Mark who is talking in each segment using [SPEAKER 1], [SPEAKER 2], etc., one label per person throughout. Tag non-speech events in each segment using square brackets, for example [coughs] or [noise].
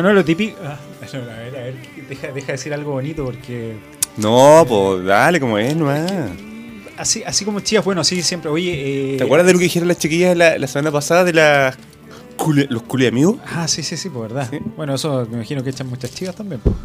[SPEAKER 1] no, lo típico. ah, no, a ver, a ver, deja, deja de decir algo bonito porque.
[SPEAKER 2] No, pues dale, como es nomás.
[SPEAKER 1] Así, así como chicas, bueno, así siempre. Oye, eh,
[SPEAKER 2] ¿Te acuerdas de lo que dijeron las chiquillas la, la semana pasada de las cule- los
[SPEAKER 1] [laughs]
[SPEAKER 2] culi amigos?
[SPEAKER 1] Ah, sí, sí, sí, pues verdad.
[SPEAKER 2] Sí.
[SPEAKER 1] Bueno, eso me imagino que echan muchas chicas también. pues.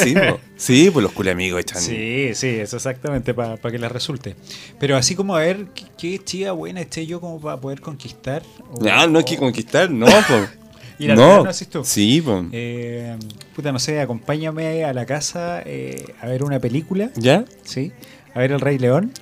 [SPEAKER 2] sí, po. sí, pues los culi amigos echan.
[SPEAKER 1] Sí, sí, eso exactamente, para que les resulte. Pero así como a ver qué, qué chica buena esté yo como para poder conquistar. o-
[SPEAKER 2] Ah, No, no hay que
[SPEAKER 1] o-
[SPEAKER 2] conquistar, no, po.
[SPEAKER 1] [laughs] ¿Y la
[SPEAKER 2] no,
[SPEAKER 1] verdad no haces tú?
[SPEAKER 2] sí, po.
[SPEAKER 1] Eh, puta, no sé, acompáñame a la casa eh, a ver una película,
[SPEAKER 2] ¿Ya?
[SPEAKER 1] ¿sí? A ver El Rey
[SPEAKER 2] [laughs]
[SPEAKER 1] León.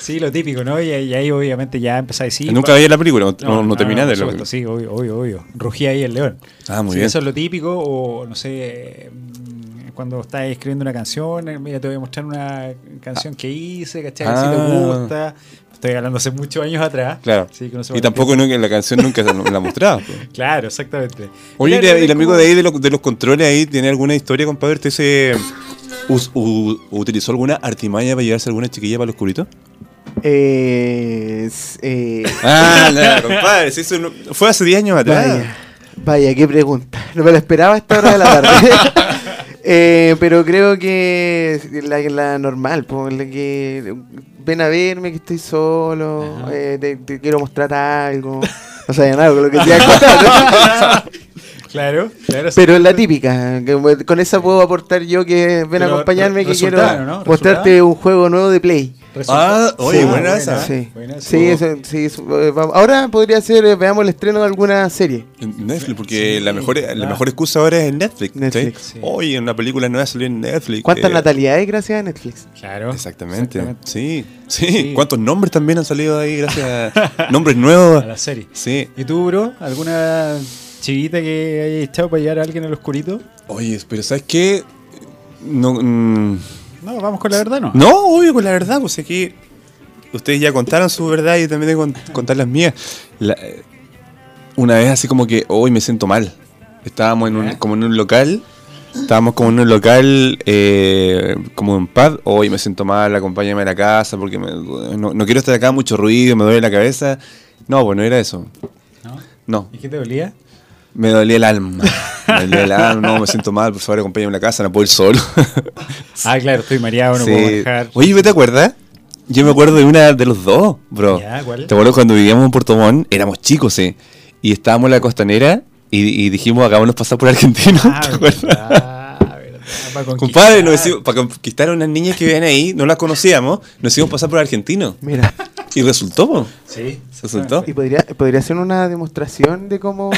[SPEAKER 1] sí, lo típico, ¿no? Y, y ahí obviamente ya empezá a decir...
[SPEAKER 2] Nunca
[SPEAKER 1] pa-
[SPEAKER 2] veía la película, no, no, terminé
[SPEAKER 1] por
[SPEAKER 2] de
[SPEAKER 1] supuesto,
[SPEAKER 2] lo
[SPEAKER 1] Sí, obvio, obvio, obvio. Rugía ahí el león.
[SPEAKER 2] Ah, muy
[SPEAKER 1] Sí,
[SPEAKER 2] bien.
[SPEAKER 1] Eso es lo típico, o no sé, mm, cuando estás escribiendo una canción, eh, mira, te voy a mostrar una canción que hice, ¿cachai? Si te
[SPEAKER 2] Ah.
[SPEAKER 1] gusta. Estoy hablando hace muchos años atrás.
[SPEAKER 2] Claro.
[SPEAKER 1] Sí, que no se
[SPEAKER 2] y
[SPEAKER 1] me
[SPEAKER 2] tampoco nunca, la canción nunca se la mostraba.
[SPEAKER 1] [laughs]
[SPEAKER 2] po.
[SPEAKER 1] olvida. Claro, exactamente.
[SPEAKER 2] Oye,
[SPEAKER 1] Claro,
[SPEAKER 2] ¿y
[SPEAKER 1] es
[SPEAKER 2] el amigo
[SPEAKER 1] como-
[SPEAKER 2] de ahí, de los, de los controles ahí, tiene alguna historia, compadre? ¿Usted se us- u- utilizó alguna artimaña para llevarse alguna chiquilla para los curitos?
[SPEAKER 3] Eh, s-
[SPEAKER 1] [laughs]
[SPEAKER 3] eh,
[SPEAKER 2] Ah, no, [laughs] compadre, si eso no- fue hace 10 años atrás.
[SPEAKER 3] vaya, vaya, qué pregunta. No me lo esperaba a esta hora de
[SPEAKER 1] [laughs]
[SPEAKER 3] la tarde. Eh, pero creo que la, la normal, po, la que ven a verme que estoy solo, eh, te, te quiero mostrar
[SPEAKER 1] [laughs]
[SPEAKER 3] algo. No sabía nada con lo que te iba a contar, ¿no?
[SPEAKER 1] Claro, claro. sí.
[SPEAKER 3] Pero es la típica, que con esa puedo aportar yo que ven
[SPEAKER 1] Pero
[SPEAKER 3] a
[SPEAKER 1] re-
[SPEAKER 3] acompañarme que quiero
[SPEAKER 1] resultaron, ¿no?
[SPEAKER 3] mostrarte un juego nuevo de Play.
[SPEAKER 1] Resulta-
[SPEAKER 2] Ah, oye,
[SPEAKER 1] Sí,
[SPEAKER 2] buena esa.
[SPEAKER 3] Sí,
[SPEAKER 1] buena esa.
[SPEAKER 3] sí, eso- sí, eso, eh, vamos. ahora podría ser, eh, veamos el estreno de alguna serie.
[SPEAKER 2] En Netflix, porque la, mejor, e- la
[SPEAKER 1] ¿verdad?
[SPEAKER 2] mejor excusa ahora es en Netflix.
[SPEAKER 3] Netflix,
[SPEAKER 2] ¿sí?
[SPEAKER 1] sí.
[SPEAKER 2] Oye, una película nueva salió en Netflix.
[SPEAKER 3] ¿Cuántas
[SPEAKER 2] eh,
[SPEAKER 3] natalidades gracias a Netflix?
[SPEAKER 1] Claro.
[SPEAKER 2] Exactamente.
[SPEAKER 1] exactamente.
[SPEAKER 2] Sí, sí,
[SPEAKER 1] Sí.
[SPEAKER 2] ¿Cuántos nombres también han salido de ahí gracias a [laughs]
[SPEAKER 1] [laughs]
[SPEAKER 2] nombres nuevos?
[SPEAKER 1] A la serie.
[SPEAKER 2] Sí.
[SPEAKER 1] ¿Y tú, bro? ¿Alguna chiquita que hayas echado para llevar a alguien al oscurito?
[SPEAKER 2] Oye, pero ¿sabes qué? No, mm,
[SPEAKER 1] No, vamos con la verdad, ¿no?
[SPEAKER 2] no, obvio, con la verdad, pues es que ustedes ya contaron su verdad y yo también tengo que contar las mías. La- eh, una vez así como que hoy me siento mal. Estábamos en un,
[SPEAKER 1] ¿Eh?
[SPEAKER 2] como en un local. Estábamos como en un local, eh, como en pub. Hoy me siento mal, acompáñame a la casa porque me- no, no quiero estar acá, mucho ruido, me duele la cabeza. No, pues no era eso.
[SPEAKER 1] ¿No?
[SPEAKER 2] No,
[SPEAKER 1] ¿Y qué te dolía?
[SPEAKER 2] me dolía el alma. Me dolía el alma, no, me siento mal, por favor, acompáñame a la casa, no puedo ir solo. [laughs]
[SPEAKER 1] Ah, claro, estoy mareado, no
[SPEAKER 2] Sí.
[SPEAKER 1] puedo manejar. Ah.
[SPEAKER 2] Oye, ¿me [laughs] te acuerdas? Yo me acuerdo de una de los dos, bro.
[SPEAKER 1] Ya, ¿cuál?
[SPEAKER 2] ¿Te acuerdas cuando vivíamos en Puerto Montt? Éramos chicos, ¿eh? Y estábamos en la costanera y, y dijimos, hagámonos pasar por argentino.
[SPEAKER 1] Ah,
[SPEAKER 2] [laughs] ¿Te acuerdas?
[SPEAKER 1] verdad, verdad, para conquistar.
[SPEAKER 2] Compadre, nos hicimos- para conquistar a unas niñas que vivían ahí, no las conocíamos, nos hicimos pasar por argentino.
[SPEAKER 3] Mira,
[SPEAKER 2] [laughs]
[SPEAKER 3] [laughs]
[SPEAKER 2] Y resultó, po.
[SPEAKER 1] Ah, Sí,
[SPEAKER 2] ¿Se soltó?
[SPEAKER 3] y podría, podría ser una demostración de cómo...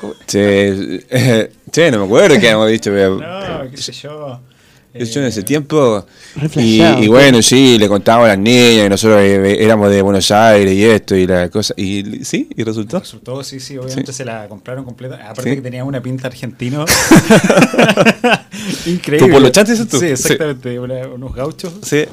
[SPEAKER 3] cómo-
[SPEAKER 2] Che, [laughs] eh, che, no me acuerdo qué habíamos dicho, pero-
[SPEAKER 1] No, qué sé yo.
[SPEAKER 2] Yo
[SPEAKER 1] Eh,
[SPEAKER 2] en ese tiempo. Y,
[SPEAKER 3] Reflejado.
[SPEAKER 2] y bueno, sí, le contábamos a las niñas, y nosotros eh, éramos de Buenos Aires y esto y la cosa. Y sí, y resultó.
[SPEAKER 1] Resultó, sí, sí, obviamente se la compraron completa. Aparte
[SPEAKER 2] Sí.
[SPEAKER 1] que tenía una pinta argentino.
[SPEAKER 2] [laughs]
[SPEAKER 1] [laughs]
[SPEAKER 2] ¿Tu
[SPEAKER 1] Increíble.
[SPEAKER 2] polochante es tú?
[SPEAKER 1] Sí,
[SPEAKER 2] Sí.
[SPEAKER 1] exactamente. una- unos gauchos.
[SPEAKER 2] Sí.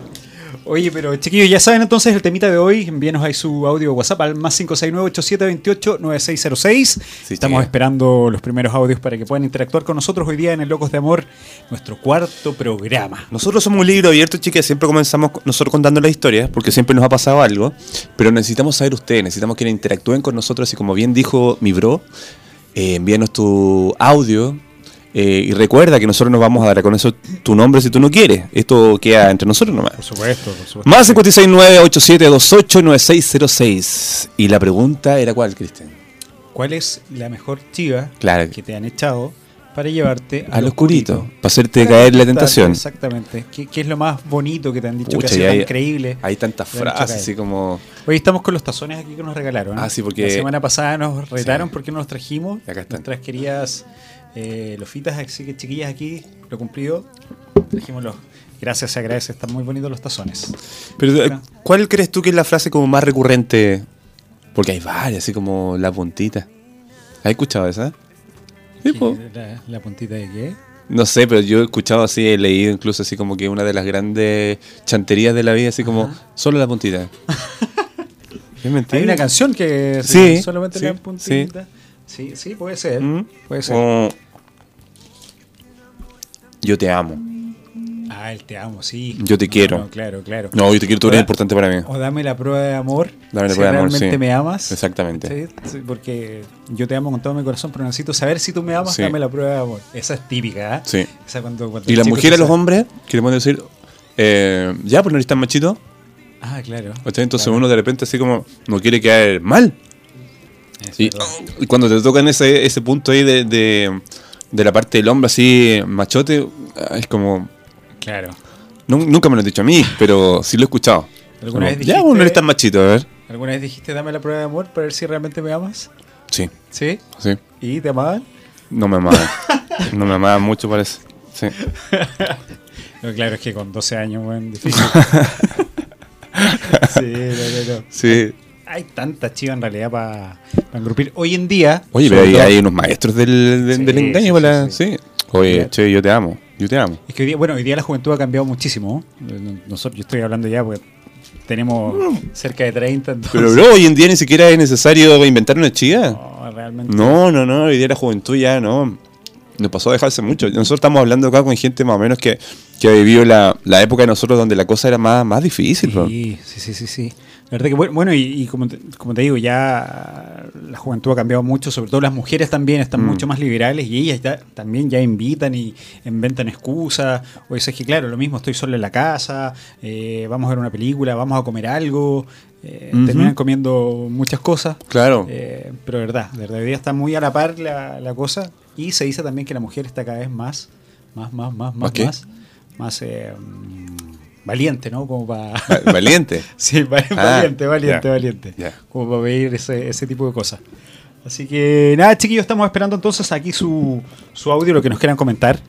[SPEAKER 1] Oye, pero chiquillos, ya saben entonces el temita de hoy. Envíenos ahí su audio WhatsApp al más 569-8728-9606.
[SPEAKER 2] Sí,
[SPEAKER 1] Estamos
[SPEAKER 2] sí.
[SPEAKER 1] esperando los primeros audios para que puedan interactuar con nosotros hoy día en el Locos de Amor, nuestro cuarto programa.
[SPEAKER 2] Nosotros somos un libro abierto, chicas. Siempre comenzamos con- nosotros contando las historias, porque siempre nos ha pasado algo. Pero necesitamos saber ustedes, necesitamos que interactúen con nosotros. Y como bien dijo mi bro, eh, envíanos tu audio. eh, y recuerda que nosotros nos vamos a dar a conocer tu nombre si tú no quieres. Esto queda entre nosotros nomás.
[SPEAKER 1] Por supuesto, por supuesto.
[SPEAKER 2] Más 569-8728-9606. Y la pregunta era cuál, Cristian.
[SPEAKER 1] ¿Cuál es la mejor chiva
[SPEAKER 2] Claro.
[SPEAKER 1] que te han echado para llevarte
[SPEAKER 2] Al
[SPEAKER 1] al
[SPEAKER 2] oscurito,
[SPEAKER 1] oscurito?
[SPEAKER 2] para hacerte
[SPEAKER 1] Claro,
[SPEAKER 2] caer la
[SPEAKER 1] claro,
[SPEAKER 2] tentación.
[SPEAKER 1] Exactamente. ¿Qué, qué es lo más bonito que te han dicho
[SPEAKER 2] Pucha,
[SPEAKER 1] que ha sido
[SPEAKER 2] y
[SPEAKER 1] tan
[SPEAKER 2] hay-
[SPEAKER 1] increíble?
[SPEAKER 2] Hay tantas
[SPEAKER 1] Te han hecho
[SPEAKER 2] frases
[SPEAKER 1] caer.
[SPEAKER 2] así como...
[SPEAKER 1] Hoy estamos con los tazones aquí que nos regalaron. ¿eh?
[SPEAKER 2] Ah, sí, porque-
[SPEAKER 1] La semana pasada nos retaron
[SPEAKER 2] Sí.
[SPEAKER 1] porque no los trajimos.
[SPEAKER 2] Y acá están.
[SPEAKER 1] Nuestras queridas eh, lofitas, así que chiquillas aquí, lo cumplido. Trajimos los. Gracias, se agradece. Están muy bonitos los tazones.
[SPEAKER 2] Pero, eh,
[SPEAKER 1] Acá.
[SPEAKER 2] ¿Cuál crees tú que es la frase como más recurrente? Porque hay varias, así como la puntita. ¿Has escuchado esa? Sí, po.
[SPEAKER 1] la, la puntita de qué?
[SPEAKER 2] No sé, pero yo he escuchado así, he leído incluso así como que una de las grandes chanterías de la vida, así como solo
[SPEAKER 1] [laughs]
[SPEAKER 2] la puntita. es mentira.
[SPEAKER 1] Hay una canción que
[SPEAKER 2] Sí,
[SPEAKER 1] solamente
[SPEAKER 2] sí,
[SPEAKER 1] la puntita. Sí. sí, puede ser.
[SPEAKER 2] ¿Mm?
[SPEAKER 1] ¿Eh? Puede ser.
[SPEAKER 2] O, Yo te amo.
[SPEAKER 1] Ah, el te amo, sí.
[SPEAKER 2] Yo te
[SPEAKER 1] No,
[SPEAKER 2] quiero.
[SPEAKER 1] no, claro, claro.
[SPEAKER 2] No, yo te quiero, tú
[SPEAKER 1] O
[SPEAKER 2] eres
[SPEAKER 1] da-
[SPEAKER 2] importante para mí.
[SPEAKER 1] O dame la prueba de amor.
[SPEAKER 2] Dame
[SPEAKER 1] Oh, si
[SPEAKER 2] por el amor,
[SPEAKER 1] realmente
[SPEAKER 2] sí.
[SPEAKER 1] me amas.
[SPEAKER 2] Exactamente.
[SPEAKER 1] ¿cachai? Porque yo te amo con todo mi corazón, pero necesito saber si tú me amas,
[SPEAKER 2] Sí.
[SPEAKER 1] dame la prueba de amor. Esa es típica, ¿eh?
[SPEAKER 2] Sí.
[SPEAKER 1] Esa cuando- cuando
[SPEAKER 2] Y
[SPEAKER 1] el
[SPEAKER 2] las
[SPEAKER 1] chico
[SPEAKER 2] mujeres,
[SPEAKER 1] te
[SPEAKER 2] los
[SPEAKER 1] dice,
[SPEAKER 2] hombres, queremos decir, eh, ya, pues no eres tan machito.
[SPEAKER 1] Ah, claro.
[SPEAKER 2] ¿cachai? Entonces uno de repente así como no quiere quedar mal.
[SPEAKER 1] Eso
[SPEAKER 2] Y,
[SPEAKER 1] es verdad.
[SPEAKER 2] y cuando te tocan ese, ese punto ahí de, de- de la parte del hombre así machote, ah, es como...
[SPEAKER 1] Claro.
[SPEAKER 2] nu- Nunca me lo han dicho a mí, pero sí lo he escuchado.
[SPEAKER 1] ¿Alguna
[SPEAKER 2] Como,
[SPEAKER 1] vez
[SPEAKER 2] ya, pues no
[SPEAKER 1] dijiste-
[SPEAKER 2] eres tan machito, a ver.
[SPEAKER 1] ¿Alguna vez dijiste dame la prueba de amor para ver si realmente me amas?
[SPEAKER 2] Sí,
[SPEAKER 1] ¿Sí?
[SPEAKER 2] sí.
[SPEAKER 1] ¿Y te amaban?
[SPEAKER 2] No
[SPEAKER 1] [laughs]
[SPEAKER 2] me amaban. no me amaban mucho, parece. Sí.
[SPEAKER 1] No, claro, es que con 12 años, weón,
[SPEAKER 2] [laughs]
[SPEAKER 1] difícil. sí, no, no, no.
[SPEAKER 2] sí.
[SPEAKER 1] Hay tanta chiva en realidad para engrupir. Hoy en día.
[SPEAKER 2] Oye,
[SPEAKER 1] sobre
[SPEAKER 2] pero hay,
[SPEAKER 1] todo-
[SPEAKER 2] hay unos maestros del, del-
[SPEAKER 1] Sí,
[SPEAKER 2] del engaño.
[SPEAKER 1] sí,
[SPEAKER 2] para-
[SPEAKER 1] sí,
[SPEAKER 2] Sí,
[SPEAKER 1] sí.
[SPEAKER 2] Oye,
[SPEAKER 1] Claro.
[SPEAKER 2] che, yo te amo. Yo te amo.
[SPEAKER 1] Es que hoy día, bueno, hoy día la juventud ha cambiado muchísimo. ¿no? Nosotros, yo estoy hablando ya porque tenemos cerca de 30, entonces.
[SPEAKER 2] Mm. Pero bro, hoy en día ni siquiera es necesario inventar una chica.
[SPEAKER 1] no, realmente.
[SPEAKER 2] No, no, no. Hoy día la juventud ya no. Nos pasó a dejarse mucho. Nosotros estamos hablando acá con gente más o menos que, que ha vivido la, la época de nosotros donde la cosa era más, más difícil, bro.
[SPEAKER 1] Sí, sí, sí, sí, sí. La verdad que bueno, bueno y, y como, te, como te digo, ya la juventud ha cambiado mucho, sobre todo las mujeres también
[SPEAKER 2] Mm.
[SPEAKER 1] están mucho más liberales y ellas ya, también ya invitan y inventan excusas. O dices que claro, lo mismo, estoy solo en la casa, eh, vamos a ver una película, vamos a comer algo. eh,
[SPEAKER 2] Ujú.
[SPEAKER 1] Terminan comiendo muchas cosas.
[SPEAKER 2] Claro.
[SPEAKER 1] Eh, pero de verdad, de verdad, hoy día está muy a la par la, la cosa. Y se dice también que la mujer está cada vez más, más, más, más, más,
[SPEAKER 2] qué?
[SPEAKER 1] más, más eh, mm, valiente, ¿no? Como para.
[SPEAKER 2] Va- Valiente.
[SPEAKER 1] [laughs] sí, va- valiente, valiente,
[SPEAKER 2] Ah, ya,
[SPEAKER 1] valiente.
[SPEAKER 2] ya.
[SPEAKER 1] Como para pedir ese, ese tipo de cosas. Así que nada, chiquillos, estamos esperando entonces aquí su, su audio, lo que nos quieran comentar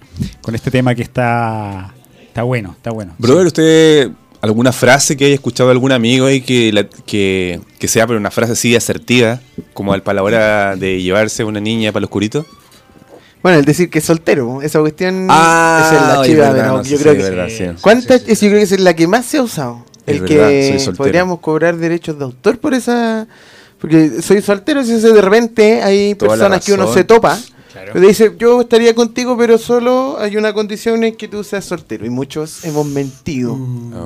[SPEAKER 1] con este tema que está, está bueno, está bueno.
[SPEAKER 2] Brother, ¿usted alguna frase que haya escuchado de algún amigo y que, la- que, que sea pero una frase así asertiva, como al palabra de llevarse a una niña para el oscurito?
[SPEAKER 3] Bueno, el decir que es soltero, esa cuestión
[SPEAKER 2] Ah,
[SPEAKER 3] esa es la
[SPEAKER 2] oye,
[SPEAKER 3] chiva,
[SPEAKER 2] verdad,
[SPEAKER 3] pero
[SPEAKER 2] no, sí,
[SPEAKER 3] yo
[SPEAKER 2] sí,
[SPEAKER 3] creo que.
[SPEAKER 2] verdad, sí.
[SPEAKER 3] ¿Cuántas?
[SPEAKER 1] Sí, sí, sí.
[SPEAKER 3] Yo creo que es la que más se ha usado.
[SPEAKER 2] Es
[SPEAKER 3] El
[SPEAKER 2] verdad, soy
[SPEAKER 3] que
[SPEAKER 2] soltero.
[SPEAKER 3] podríamos cobrar derechos de autor por esa. Porque soy soltero, si de repente hay
[SPEAKER 2] Toda la
[SPEAKER 3] personas que uno
[SPEAKER 2] razón.
[SPEAKER 3] se topa.
[SPEAKER 1] Claro.
[SPEAKER 3] Te dice, yo estaría contigo, pero solo hay una condición en que tú seas soltero. Y muchos hemos mentido.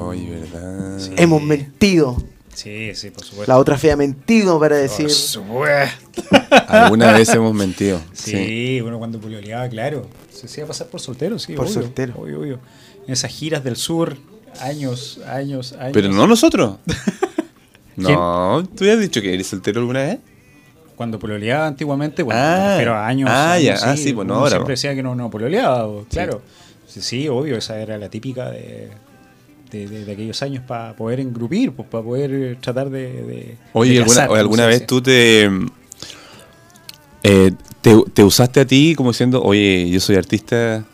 [SPEAKER 2] Oye, verdad.
[SPEAKER 1] Sí.
[SPEAKER 3] Hemos mentido.
[SPEAKER 1] Sí, sí, por supuesto.
[SPEAKER 3] La otra fea mentido para decir.
[SPEAKER 1] Por supuesto.
[SPEAKER 2] Alguna vez hemos [laughs] mentido.
[SPEAKER 1] Sí,
[SPEAKER 2] Sí.
[SPEAKER 1] bueno, cuando puloleaba, claro. Se hacía pasar por soltero, sí.
[SPEAKER 3] Por
[SPEAKER 1] obvio,
[SPEAKER 3] soltero.
[SPEAKER 1] Obvio, obvio. En esas giras del sur, años, años, años.
[SPEAKER 2] Pero no [laughs] nosotros. No, ¿tú ya has dicho que eres soltero alguna vez?
[SPEAKER 1] Cuando puloleaba antiguamente, bueno,
[SPEAKER 2] Ah.
[SPEAKER 1] me refiero a años.
[SPEAKER 2] Ah,
[SPEAKER 1] años,
[SPEAKER 2] ya. Ah, sí, bueno,
[SPEAKER 1] uno
[SPEAKER 2] ahora,
[SPEAKER 1] Siempre
[SPEAKER 2] bueno.
[SPEAKER 1] decía que no, no puloleaba, o- claro. Sí, sí, obvio, esa era la típica de, de, de- de aquellos años para poder engrupir, pues, para poder eh, tratar de. de
[SPEAKER 2] Oye,
[SPEAKER 1] de
[SPEAKER 2] ¿alguna,
[SPEAKER 1] cazar,
[SPEAKER 2] o
[SPEAKER 1] como
[SPEAKER 2] alguna
[SPEAKER 1] se
[SPEAKER 2] vez
[SPEAKER 1] decía.
[SPEAKER 2] tú te, eh, te. te usaste a ti como diciendo, oye, yo soy artista.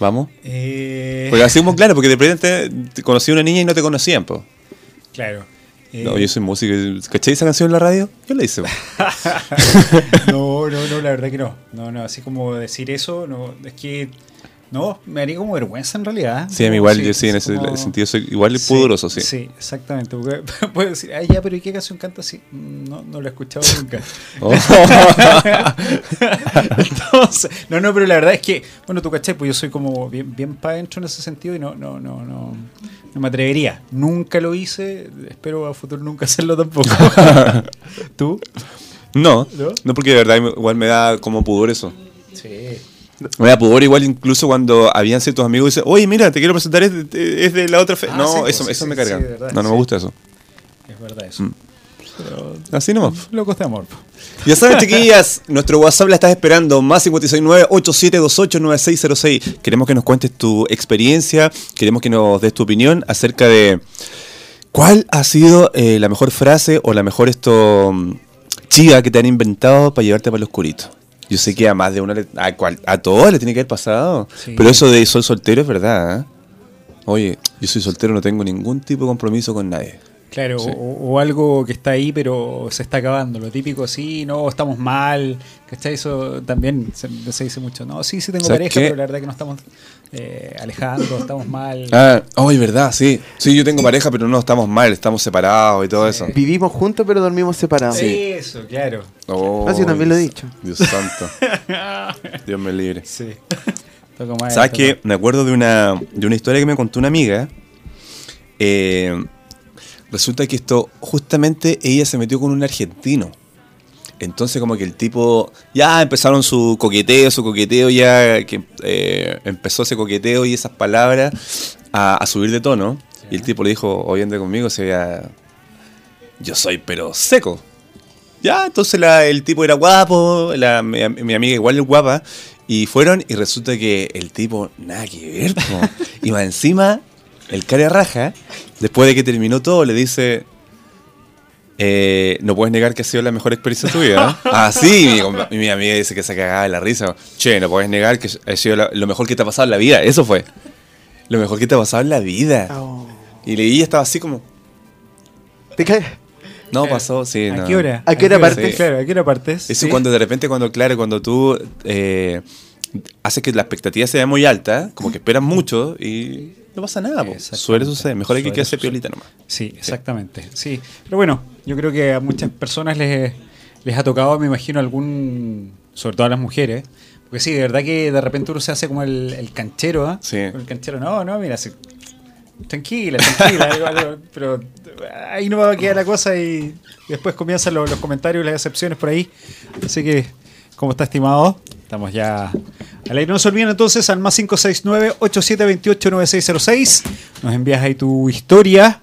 [SPEAKER 2] Vamos.
[SPEAKER 1] Eh,
[SPEAKER 2] Porque así como claro, porque de repente te conocí a una niña y no te conocían, po.
[SPEAKER 1] claro. Eh,
[SPEAKER 2] No, yo soy músico. ¿Cachai esa canción en la radio? Yo la hice. po.
[SPEAKER 1] no, no, no, la verdad que no. No, no, así como decir eso, no, es que no, me haría como vergüenza en realidad.
[SPEAKER 2] Sí, a
[SPEAKER 1] Como,
[SPEAKER 2] mí igual, yo sí, en
[SPEAKER 1] así
[SPEAKER 2] ese
[SPEAKER 1] como-
[SPEAKER 2] sentido soy igual
[SPEAKER 1] Sí,
[SPEAKER 2] pudoroso, sí.
[SPEAKER 1] Sí, exactamente. porque [laughs] Puedo decir, ah, ya, pero ¿y qué canción canta? Sí, mm, no, no la he escuchado nunca.
[SPEAKER 2] Oh.
[SPEAKER 1] [laughs] Entonces, no, no, pero la verdad es que, bueno, tú caché, pues yo soy como bien, bien para adentro en ese sentido y no, no, no, no, no me atrevería. Nunca lo hice, espero a futuro nunca hacerlo
[SPEAKER 2] [laughs]
[SPEAKER 1] tampoco. ¿Tú?
[SPEAKER 2] No,
[SPEAKER 1] ¿No?
[SPEAKER 2] no, porque de verdad igual me da como pudor eso.
[SPEAKER 1] Sí.
[SPEAKER 2] Me da pudor igual incluso cuando habían ciertos amigos y dicen, oye, mira, te quiero presentar, es de, es de la otra fe.
[SPEAKER 1] Ah, sí,
[SPEAKER 2] no,
[SPEAKER 1] pues,
[SPEAKER 2] eso,
[SPEAKER 1] sí,
[SPEAKER 2] eso
[SPEAKER 1] sí,
[SPEAKER 2] me carga.
[SPEAKER 1] sí, de verdad,
[SPEAKER 2] no, no
[SPEAKER 1] sí.
[SPEAKER 2] me gusta eso.
[SPEAKER 1] Es verdad eso.
[SPEAKER 2] Mm.
[SPEAKER 1] Pero,
[SPEAKER 2] Así nomás.
[SPEAKER 1] locos de amor.
[SPEAKER 2] Ya saben, chiquillas, nuestro WhatsApp la estás esperando, más 569-8728-9606. Queremos que nos cuentes tu experiencia, queremos que nos des tu opinión acerca de cuál ha sido eh, la mejor frase o la mejor esto mm, chiva que te han inventado para llevarte para el oscurito. Yo sé que a más de una, le- a, cual- a todos le tiene que haber pasado,
[SPEAKER 1] Sí.
[SPEAKER 2] pero eso de soy soltero es verdad. ¿eh? Oye, yo soy soltero, no tengo ningún tipo de compromiso con nadie.
[SPEAKER 1] Claro, o, o algo que está ahí pero se está acabando. Lo típico, sí, no, estamos mal. ¿Cachai? Eso también se, se dice mucho. No, sí, sí tengo
[SPEAKER 2] ¿Sabes
[SPEAKER 1] pareja,
[SPEAKER 2] qué?
[SPEAKER 1] pero la verdad que no estamos eh, alejando, estamos mal.
[SPEAKER 2] Ah, ay, verdad, sí. Sí, yo tengo pareja, pero no estamos mal, estamos separados y todo eso.
[SPEAKER 3] Vivimos juntos, pero dormimos separados.
[SPEAKER 2] sí.
[SPEAKER 1] Eso, claro.
[SPEAKER 2] Oh,
[SPEAKER 3] Ah, sí, también lo he dicho.
[SPEAKER 2] Dios
[SPEAKER 3] [laughs]
[SPEAKER 2] santo. Dios me libre. [laughs]
[SPEAKER 1] Sí. Toco madera,
[SPEAKER 2] ¿Sabes
[SPEAKER 1] toco-
[SPEAKER 2] qué? Me acuerdo de una, de una historia que me contó una amiga. eh, Resulta que esto, justamente ella se metió con un argentino. Entonces como que el tipo, ya empezaron su coqueteo, su coqueteo, ya que eh, empezó ese coqueteo y esas palabras a, a subir de tono. Y el tipo le dijo, hoy anda conmigo, se veía, yo soy pero seco. Ya, entonces la- el tipo era guapo, la, mi, mi amiga igual es guapa. Y fueron y resulta que el tipo, nada que
[SPEAKER 1] [laughs]
[SPEAKER 2] ver. po. y más encima, el cara raja, después de que terminó todo, le dice, eh, no puedes negar que ha sido la mejor experiencia de tu
[SPEAKER 1] [laughs]
[SPEAKER 2] vida. ¿eh? ah, sí, mi, compa- mi amiga dice que se cagaba de la risa. Che, no puedes negar que ha sido la- lo mejor que te ha pasado en la vida. Eso fue. Lo mejor que te ha pasado en la vida.
[SPEAKER 3] Oh.
[SPEAKER 2] Y le- y ella estaba así como,
[SPEAKER 3] ¿Te cae?
[SPEAKER 2] no pasó, sí.
[SPEAKER 1] Eh, ¿A
[SPEAKER 2] no.
[SPEAKER 1] qué hora?
[SPEAKER 3] ¿A qué hora
[SPEAKER 2] partes?
[SPEAKER 1] Claro, ¿a qué hora partes?
[SPEAKER 2] Eso
[SPEAKER 1] Sí.
[SPEAKER 2] cuando de repente, cuando, claro, cuando tú eh, haces que la expectativa sea muy alta, como que esperas mucho y no pasa nada. po.
[SPEAKER 1] Exactamente.
[SPEAKER 2] Suele suceder. Mejor hay que
[SPEAKER 1] Suele
[SPEAKER 2] quedarse
[SPEAKER 1] suceder.
[SPEAKER 2] piolita nomás.
[SPEAKER 1] Sí, exactamente. Sí. Pero bueno, yo creo que a muchas personas les, les ha tocado, me imagino, algún. Sobre todo a las mujeres. Porque sí, de verdad que de repente uno se hace como el, el canchero, ¿ah?
[SPEAKER 2] Sí.
[SPEAKER 1] El canchero, no, no, mira, se- tranquila, tranquila, algo, algo, pero ahí no va a quedar la cosa y después comienzan lo- los comentarios, las excepciones por ahí. Así que, como está estimado, estamos ya al aire. No se olviden entonces al más 569-8728-9606. Nos envías ahí tu historia.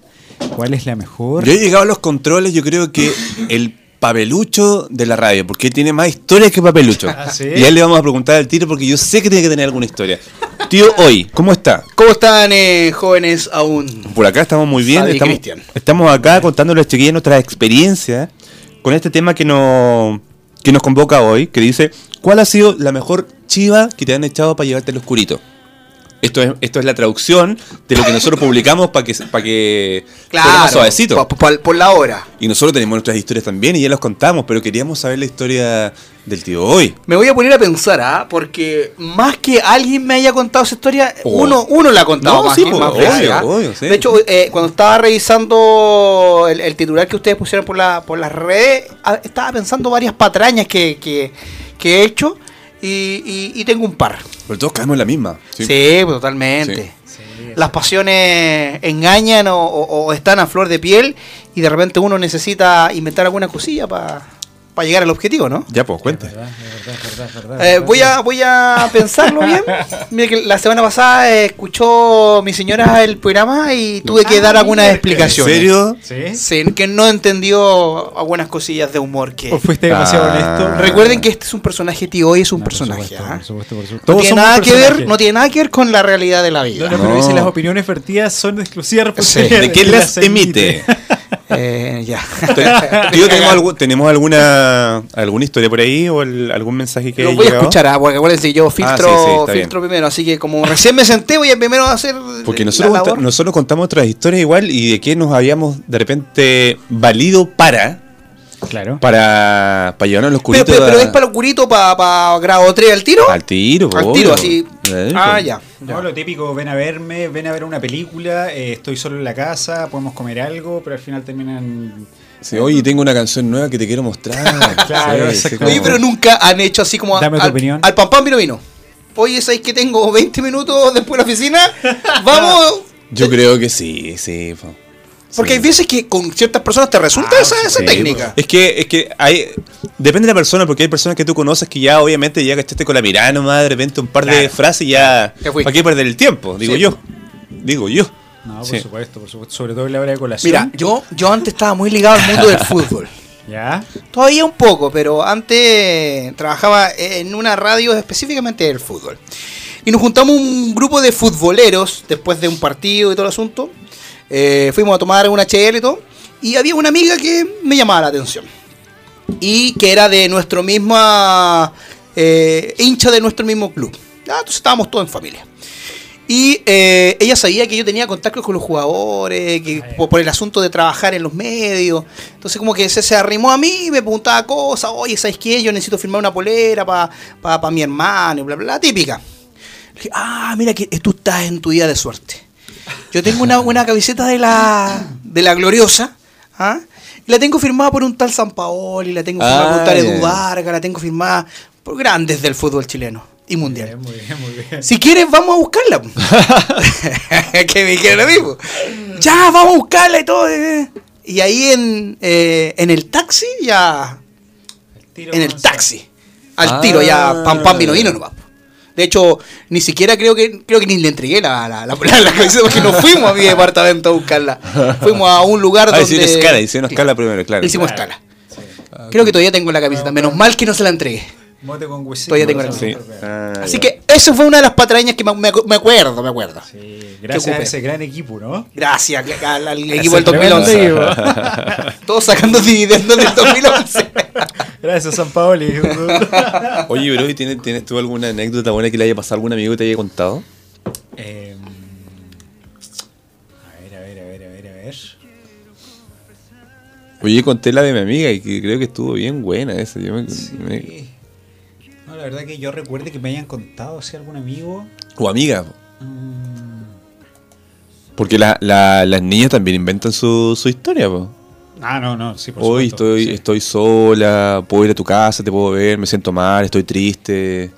[SPEAKER 1] ¿Cuál es la mejor?
[SPEAKER 2] Yo he llegado a los controles, yo creo que el papelucho de la radio, porque tiene más historias que
[SPEAKER 1] [laughs]
[SPEAKER 2] papelucho.
[SPEAKER 1] Ah, ¿sí?
[SPEAKER 2] Y a él le vamos a preguntar al tiro porque yo sé que tiene que tener alguna historia. Tío, hoy, ¿cómo está?
[SPEAKER 4] ¿Cómo están, eh, jóvenes aún?
[SPEAKER 2] Por acá estamos muy bien.
[SPEAKER 4] Fabi
[SPEAKER 2] Estamos,
[SPEAKER 4] Cristian.
[SPEAKER 2] estamos acá contándoles, chiquillas, nuestra experiencia con este tema que, no, que nos convoca hoy, que dice, ¿cuál ha sido la mejor chiva que te han echado para llevarte al oscurito? Esto es, esto es la traducción de lo que nosotros publicamos para que, para que suene más suavecito.
[SPEAKER 4] pa- pa- Por, la hora.
[SPEAKER 2] Y nosotros tenemos nuestras historias también y ya las contamos, pero queríamos saber la historia del tío hoy.
[SPEAKER 4] Me voy a poner a pensar, ¿ah? Porque más que alguien me haya contado esa historia,
[SPEAKER 2] Oh.
[SPEAKER 4] uno, uno la ha contado
[SPEAKER 2] No,
[SPEAKER 4] más,
[SPEAKER 2] sí,
[SPEAKER 4] que-
[SPEAKER 2] po,
[SPEAKER 4] más
[SPEAKER 2] obvio,
[SPEAKER 4] veces, ¿ah?
[SPEAKER 2] obvio, sí.
[SPEAKER 4] De hecho, eh, cuando estaba revisando el, el titular que ustedes pusieron por, la, por las redes, ah, estaba pensando varias patrañas que, que- que he hecho y, y- y tengo un par.
[SPEAKER 2] Pero todos caemos en la misma.
[SPEAKER 4] Sí, pues, totalmente.
[SPEAKER 2] Sí.
[SPEAKER 1] Sí,
[SPEAKER 4] las pasiones engañan o, o- o están a flor de piel y de repente uno necesita inventar alguna cosilla para llegar al objetivo, ¿no?
[SPEAKER 2] Ya, pues,
[SPEAKER 1] es
[SPEAKER 2] cuente.
[SPEAKER 1] verdad, es verdad, es verdad, es verdad,
[SPEAKER 4] Eh,
[SPEAKER 1] es
[SPEAKER 4] voy,
[SPEAKER 1] verdad.
[SPEAKER 4] a, voy a pensarlo
[SPEAKER 1] [laughs]
[SPEAKER 4] bien. Mira que la semana pasada eh, escuchó mi señora el programa y tuve
[SPEAKER 1] Ah,
[SPEAKER 4] que dar algunas
[SPEAKER 2] ¿En
[SPEAKER 4] explicaciones.
[SPEAKER 2] serio?
[SPEAKER 1] ¿Sí?
[SPEAKER 4] Sí, que no entendió algunas cosillas de humor que...
[SPEAKER 1] ¿O fuiste demasiado
[SPEAKER 2] Ah.
[SPEAKER 1] honesto?
[SPEAKER 4] Recuerden que este es un personaje, tío, hoy es un
[SPEAKER 1] No, por
[SPEAKER 4] personaje.
[SPEAKER 1] supuesto,
[SPEAKER 4] ¿ah?
[SPEAKER 1] por supuesto, por supuesto.
[SPEAKER 4] No
[SPEAKER 1] Todos
[SPEAKER 4] tiene
[SPEAKER 1] somos
[SPEAKER 4] nada que ver,
[SPEAKER 1] personajes.
[SPEAKER 4] no tiene nada que ver con la realidad de la vida.
[SPEAKER 1] No, no, pero dice
[SPEAKER 2] No.
[SPEAKER 1] las opiniones vertidas son exclusivas
[SPEAKER 4] Sí.
[SPEAKER 1] [laughs]
[SPEAKER 2] ¿De qué las emite?
[SPEAKER 4] Eh, ya. [laughs]
[SPEAKER 2] Te- Tío, ¿tenemos, algu- ¿tenemos alguna alguna historia por ahí o el- algún mensaje que
[SPEAKER 4] Lo
[SPEAKER 2] haya
[SPEAKER 4] voy a
[SPEAKER 2] llegado?
[SPEAKER 4] escuchar, ah, porque acuérdense, yo filtro,
[SPEAKER 2] sí, sí, está
[SPEAKER 4] filtro primero, así que como recién me senté, voy a primero a hacer eh,
[SPEAKER 2] Porque
[SPEAKER 4] la
[SPEAKER 2] nosotros, cont-
[SPEAKER 4] labor.
[SPEAKER 2] nosotros contamos otras historias igual y de qué nos habíamos de repente valido para
[SPEAKER 1] Claro.
[SPEAKER 2] para, para llevarnos los
[SPEAKER 4] pero,
[SPEAKER 2] curitos
[SPEAKER 4] pero, pero es para lo curito, para grado 3 al tiro.
[SPEAKER 2] al tiro.
[SPEAKER 4] Al
[SPEAKER 2] obvio.
[SPEAKER 4] tiro, así.
[SPEAKER 2] Eh,
[SPEAKER 4] Ah,
[SPEAKER 2] pues.
[SPEAKER 4] ya.
[SPEAKER 1] No, lo típico, ven a verme, ven a ver una película, eh, estoy solo en la casa, podemos comer algo, pero al final terminan...
[SPEAKER 2] Sí, oye, tengo una canción nueva que te quiero mostrar.
[SPEAKER 1] Claro, exacto.
[SPEAKER 2] como-
[SPEAKER 4] Oye, pero nunca han hecho así como a-
[SPEAKER 1] Dame tu
[SPEAKER 4] al,
[SPEAKER 1] opinión.
[SPEAKER 4] al pan pan vino vino. Oye, ¿sabéis que tengo 20 minutos después de
[SPEAKER 2] [laughs]
[SPEAKER 4] la oficina? Vamos.
[SPEAKER 2] Yo creo que sí, sí. po.
[SPEAKER 4] Porque
[SPEAKER 2] Sí.
[SPEAKER 4] hay veces que con ciertas personas te resulta
[SPEAKER 1] Ah,
[SPEAKER 4] esa, esa
[SPEAKER 1] sí,
[SPEAKER 4] técnica.
[SPEAKER 2] pues. Es que, es que hay, depende de la persona, porque hay personas que tú conoces que ya obviamente ya cachaste con la mirada nomás, de repente un par de
[SPEAKER 1] Claro.
[SPEAKER 2] frases y ya...
[SPEAKER 4] Te fuiste.
[SPEAKER 2] ¿Para qué perder el tiempo? Digo
[SPEAKER 4] Sí. pues.
[SPEAKER 2] yo. Digo yo.
[SPEAKER 1] No, por
[SPEAKER 2] Sí.
[SPEAKER 1] supuesto, por supuesto, sobre todo en la hora de
[SPEAKER 2] pues.
[SPEAKER 1] colación.
[SPEAKER 4] Mira, yo, yo antes estaba muy ligado al mundo del fútbol.
[SPEAKER 1] ¿Ya?
[SPEAKER 4] Todavía un poco, pero antes trabajaba en una radio específicamente del fútbol. Y nos juntamos un grupo de futboleros después de un partido y todo el asunto. Eh, fuimos a tomar una HL y todo. Y había una amiga que me llamaba la atención. Y que era de nuestro misma eh, hincha de nuestro mismo club. Ah, entonces estábamos todos en familia. Y eh, ella sabía que yo tenía contacto con los jugadores, que por, por el asunto de trabajar en los medios. Entonces como que se, se arrimó a mí, me preguntaba cosas, oye, ¿sabes qué? Yo necesito firmar una polera para pa, pa mi hermano, y bla, bla, bla, típica. Le dije, ah, mira que tú estás en tu día de suerte. Yo tengo una, una camiseta de la, de la gloriosa, ¿ah? y la tengo firmada por un tal San Paoli, la tengo firmada por un
[SPEAKER 2] Ah,
[SPEAKER 4] tal
[SPEAKER 2] ya.
[SPEAKER 4] Edu Vargas, la tengo firmada por grandes del fútbol chileno. y mundial.
[SPEAKER 1] Muy bien, muy bien.
[SPEAKER 4] Si quieres, vamos
[SPEAKER 2] [laughs]
[SPEAKER 4] a buscarla. po. que me dijeron lo mismo. Ya, vamos a buscarla y todo. eh. Y ahí en, eh, en el taxi, ya. [laughs] En el taxi. Al
[SPEAKER 2] Ah.
[SPEAKER 4] tiro, ya. Pam, pam, vino, vino nomás. po. De hecho, ni siquiera creo que creo que ni le entregué la, la, la, la- la camiseta porque no fuimos a mi departamento a buscarla. Fuimos a un lugar
[SPEAKER 2] Ah,
[SPEAKER 4] donde.
[SPEAKER 2] hicieron escala, hicieron escala primero, claro.
[SPEAKER 4] Hicimos
[SPEAKER 1] Claro.
[SPEAKER 4] escala. Creo que todavía tengo la
[SPEAKER 2] Ah,
[SPEAKER 4] camiseta. Menos mal que no se la entregué.
[SPEAKER 1] Mote con huesito.
[SPEAKER 4] Todavía tengo la
[SPEAKER 2] Sí.
[SPEAKER 1] Sí,
[SPEAKER 2] Ah,
[SPEAKER 4] Así
[SPEAKER 2] ya.
[SPEAKER 4] que eso fue una de las patrañas que me, me acu- me acuerdo, me acuerdo. Que
[SPEAKER 1] gracias a
[SPEAKER 4] ocupe.
[SPEAKER 1] ese gran equipo, ¿no?
[SPEAKER 4] Gracias al, al
[SPEAKER 1] Ese
[SPEAKER 4] equipo del
[SPEAKER 1] tremendo
[SPEAKER 4] 2011.
[SPEAKER 1] equipo.
[SPEAKER 4] [laughs] Todos sacando dividendos del 2011.
[SPEAKER 1] Gracias, San
[SPEAKER 4] [laughs]
[SPEAKER 1] Paoli. [laughs]
[SPEAKER 2] [laughs] Oye, bro, ¿y tiene, tiene, ¿tú alguna anécdota buena que le haya pasado a algún amigo que te haya contado?
[SPEAKER 1] Eh, a ver, a ver, a ver, a ver, a ver.
[SPEAKER 2] Oye, yo conté la de mi amiga y que creo que estuvo bien buena esa. Yo me- me-
[SPEAKER 1] Sí. No, la verdad que yo recuerde que me hayan contado si algún amigo.
[SPEAKER 2] O amiga. po.
[SPEAKER 1] mm,
[SPEAKER 2] Porque la- la- las niñas también inventan su, su historia, po.
[SPEAKER 1] Ah, no, no, sí, por
[SPEAKER 2] Hoy
[SPEAKER 1] supuesto,
[SPEAKER 2] estoy,
[SPEAKER 1] sí.
[SPEAKER 2] estoy sola, puedo ir a tu casa, te puedo ver, me siento mal, estoy triste.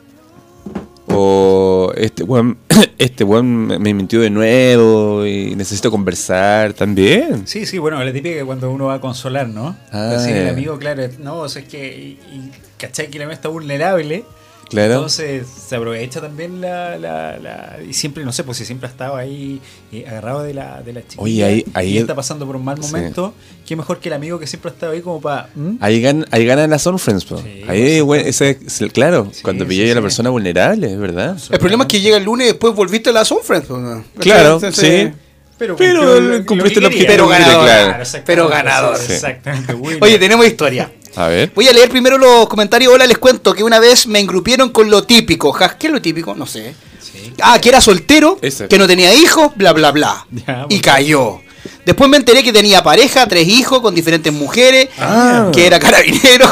[SPEAKER 2] O este weón, [coughs] este weón me- me mintió de nuevo y necesito conversar también.
[SPEAKER 1] Sí, sí, bueno, la típica que cuando uno va a consolar, ¿no?
[SPEAKER 2] Ah,
[SPEAKER 1] Así
[SPEAKER 2] ya.
[SPEAKER 1] el amigo, claro, no, o sea, es que, y, y, ¿cachai? Que la mía está vulnerable.
[SPEAKER 2] Claro.
[SPEAKER 1] Entonces se aprovecha también la, la, la- Y siempre, no sé, pues si siempre ha estado ahí eh, agarrado de la, de la chiquilla
[SPEAKER 2] Oye, ahí- ahí-
[SPEAKER 1] y está pasando por un mal
[SPEAKER 2] Sí.
[SPEAKER 1] momento, qué mejor que el amigo que siempre ha estado ahí como para...
[SPEAKER 2] Ahí, gan- ahí ganan las Friends, po.
[SPEAKER 1] Sí,
[SPEAKER 2] ahí,
[SPEAKER 1] por
[SPEAKER 2] weón, ese es el- claro,
[SPEAKER 1] Sí,
[SPEAKER 2] cuando
[SPEAKER 1] sí,
[SPEAKER 2] pillé a la
[SPEAKER 1] sí.
[SPEAKER 2] persona vulnerable, es verdad.
[SPEAKER 4] El problema es que llega el lunes y después volviste a la pues, Sunfriend.
[SPEAKER 2] Claro, sí.
[SPEAKER 1] Pero,
[SPEAKER 2] Pero
[SPEAKER 1] cumplió
[SPEAKER 2] el-
[SPEAKER 1] lo
[SPEAKER 2] cumpliste
[SPEAKER 1] que
[SPEAKER 2] el
[SPEAKER 1] quería.
[SPEAKER 2] objetivo
[SPEAKER 4] Pero que quería, ganador,
[SPEAKER 2] claro.
[SPEAKER 1] exactamente,
[SPEAKER 4] pero ganador.
[SPEAKER 1] sí, Exactamente, Willy.
[SPEAKER 4] Oye, tenemos historia.
[SPEAKER 2] A ver.
[SPEAKER 4] Voy a leer primero los comentarios. Hola, les cuento que una vez me engrupieron con lo típico. Ja, ¿Qué es lo típico? No sé.
[SPEAKER 1] Sí.
[SPEAKER 4] Ah, que era soltero,
[SPEAKER 2] Ese.
[SPEAKER 4] que no tenía hijos, bla, bla, bla.
[SPEAKER 1] Ya,
[SPEAKER 4] y
[SPEAKER 1] bueno.
[SPEAKER 4] cayó. Después me enteré que tenía pareja, tres hijos con diferentes mujeres,
[SPEAKER 2] Ah.
[SPEAKER 4] que era [laughs] carabinero,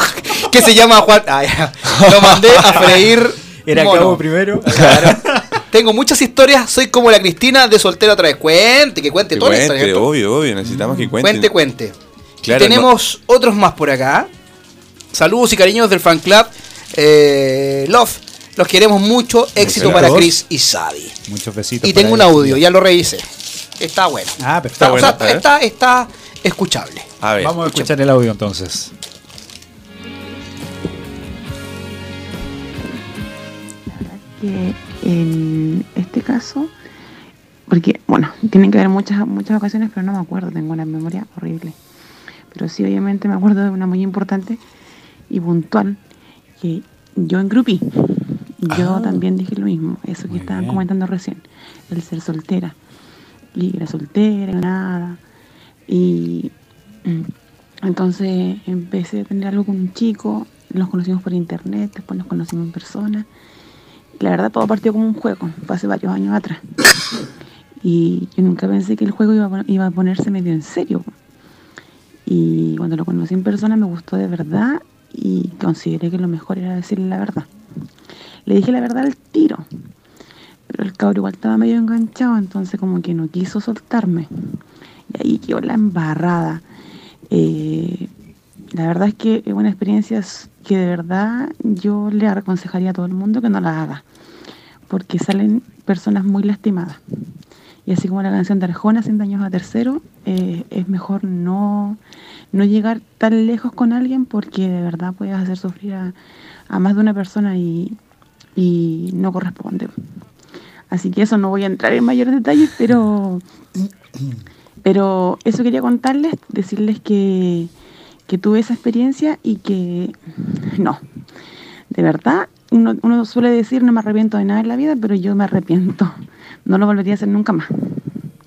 [SPEAKER 4] que se llama Juan. Ah, ya. Lo mandé a freír.
[SPEAKER 1] [laughs] Era
[SPEAKER 4] mono.
[SPEAKER 1] cabo primero.
[SPEAKER 4] Claro. Tengo muchas historias, soy como la Cristina de soltero otra vez. Cuente, que cuente
[SPEAKER 2] Que
[SPEAKER 4] toda la historia,
[SPEAKER 2] cuente,
[SPEAKER 4] ¿cierto? Mm.
[SPEAKER 2] obvio, obvio, necesitamos que cuente.
[SPEAKER 4] Cuente, cuente.
[SPEAKER 2] Claro,
[SPEAKER 4] Y tenemos otros más por acá. Saludos y cariños del fan club. eh, Love, los queremos mucho. Éxito
[SPEAKER 2] Claro.
[SPEAKER 4] para Chris y Sadi.
[SPEAKER 1] Muchos besitos.
[SPEAKER 4] Y
[SPEAKER 1] para
[SPEAKER 4] tengo un
[SPEAKER 1] ellos.
[SPEAKER 4] audio, ya lo revisé. Está bueno.
[SPEAKER 1] Ah, pero está
[SPEAKER 4] Está, o
[SPEAKER 1] bueno.
[SPEAKER 4] sea,
[SPEAKER 2] bueno, está
[SPEAKER 4] está- está escuchable.
[SPEAKER 2] A ver.
[SPEAKER 1] Vamos a escuchar el audio entonces.
[SPEAKER 5] que en este caso, porque bueno, tienen que haber muchas, muchas ocasiones, pero no me acuerdo, tengo una memoria horrible. Pero sí, obviamente me acuerdo de una muy importante y puntual, que yo engrupí. Yo también dije lo mismo, eso
[SPEAKER 1] Muy
[SPEAKER 5] que estaban
[SPEAKER 1] bien.
[SPEAKER 5] comentando recién, el ser soltera. Y era soltera, nada. Y mm, entonces empecé a tener algo con un chico, nos conocimos por internet, después nos conocimos en persona. La verdad, todo partió como un juego, fue hace varios años atrás. Y yo nunca pensé que el juego iba a, pon- iba a ponerse medio en serio. Y cuando lo conocí en persona me gustó de verdad y consideré que lo mejor era decirle la verdad. Le dije la verdad al tiro, pero el cabro igual estaba medio enganchado, entonces como que no quiso soltarme. Y ahí quedó la embarrada. Eh, la verdad es que es una experiencia s- que de verdad yo le aconsejaría a todo el mundo que no la haga, porque salen personas muy lastimadas. Y así como la canción de Arjona, 100 daños a tercero, eh, es mejor no, no llegar tan lejos con alguien porque de verdad puedes hacer sufrir a, a más de una persona y, y no corresponde. Así que eso no voy a entrar en mayores detalles, pero, pero eso quería contarles, decirles que, que tuve esa experiencia y que no, de verdad, uno, uno suele decir no me arrepiento de nada en la vida, pero yo me arrepiento. No lo volvería a hacer nunca más.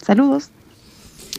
[SPEAKER 5] Saludos.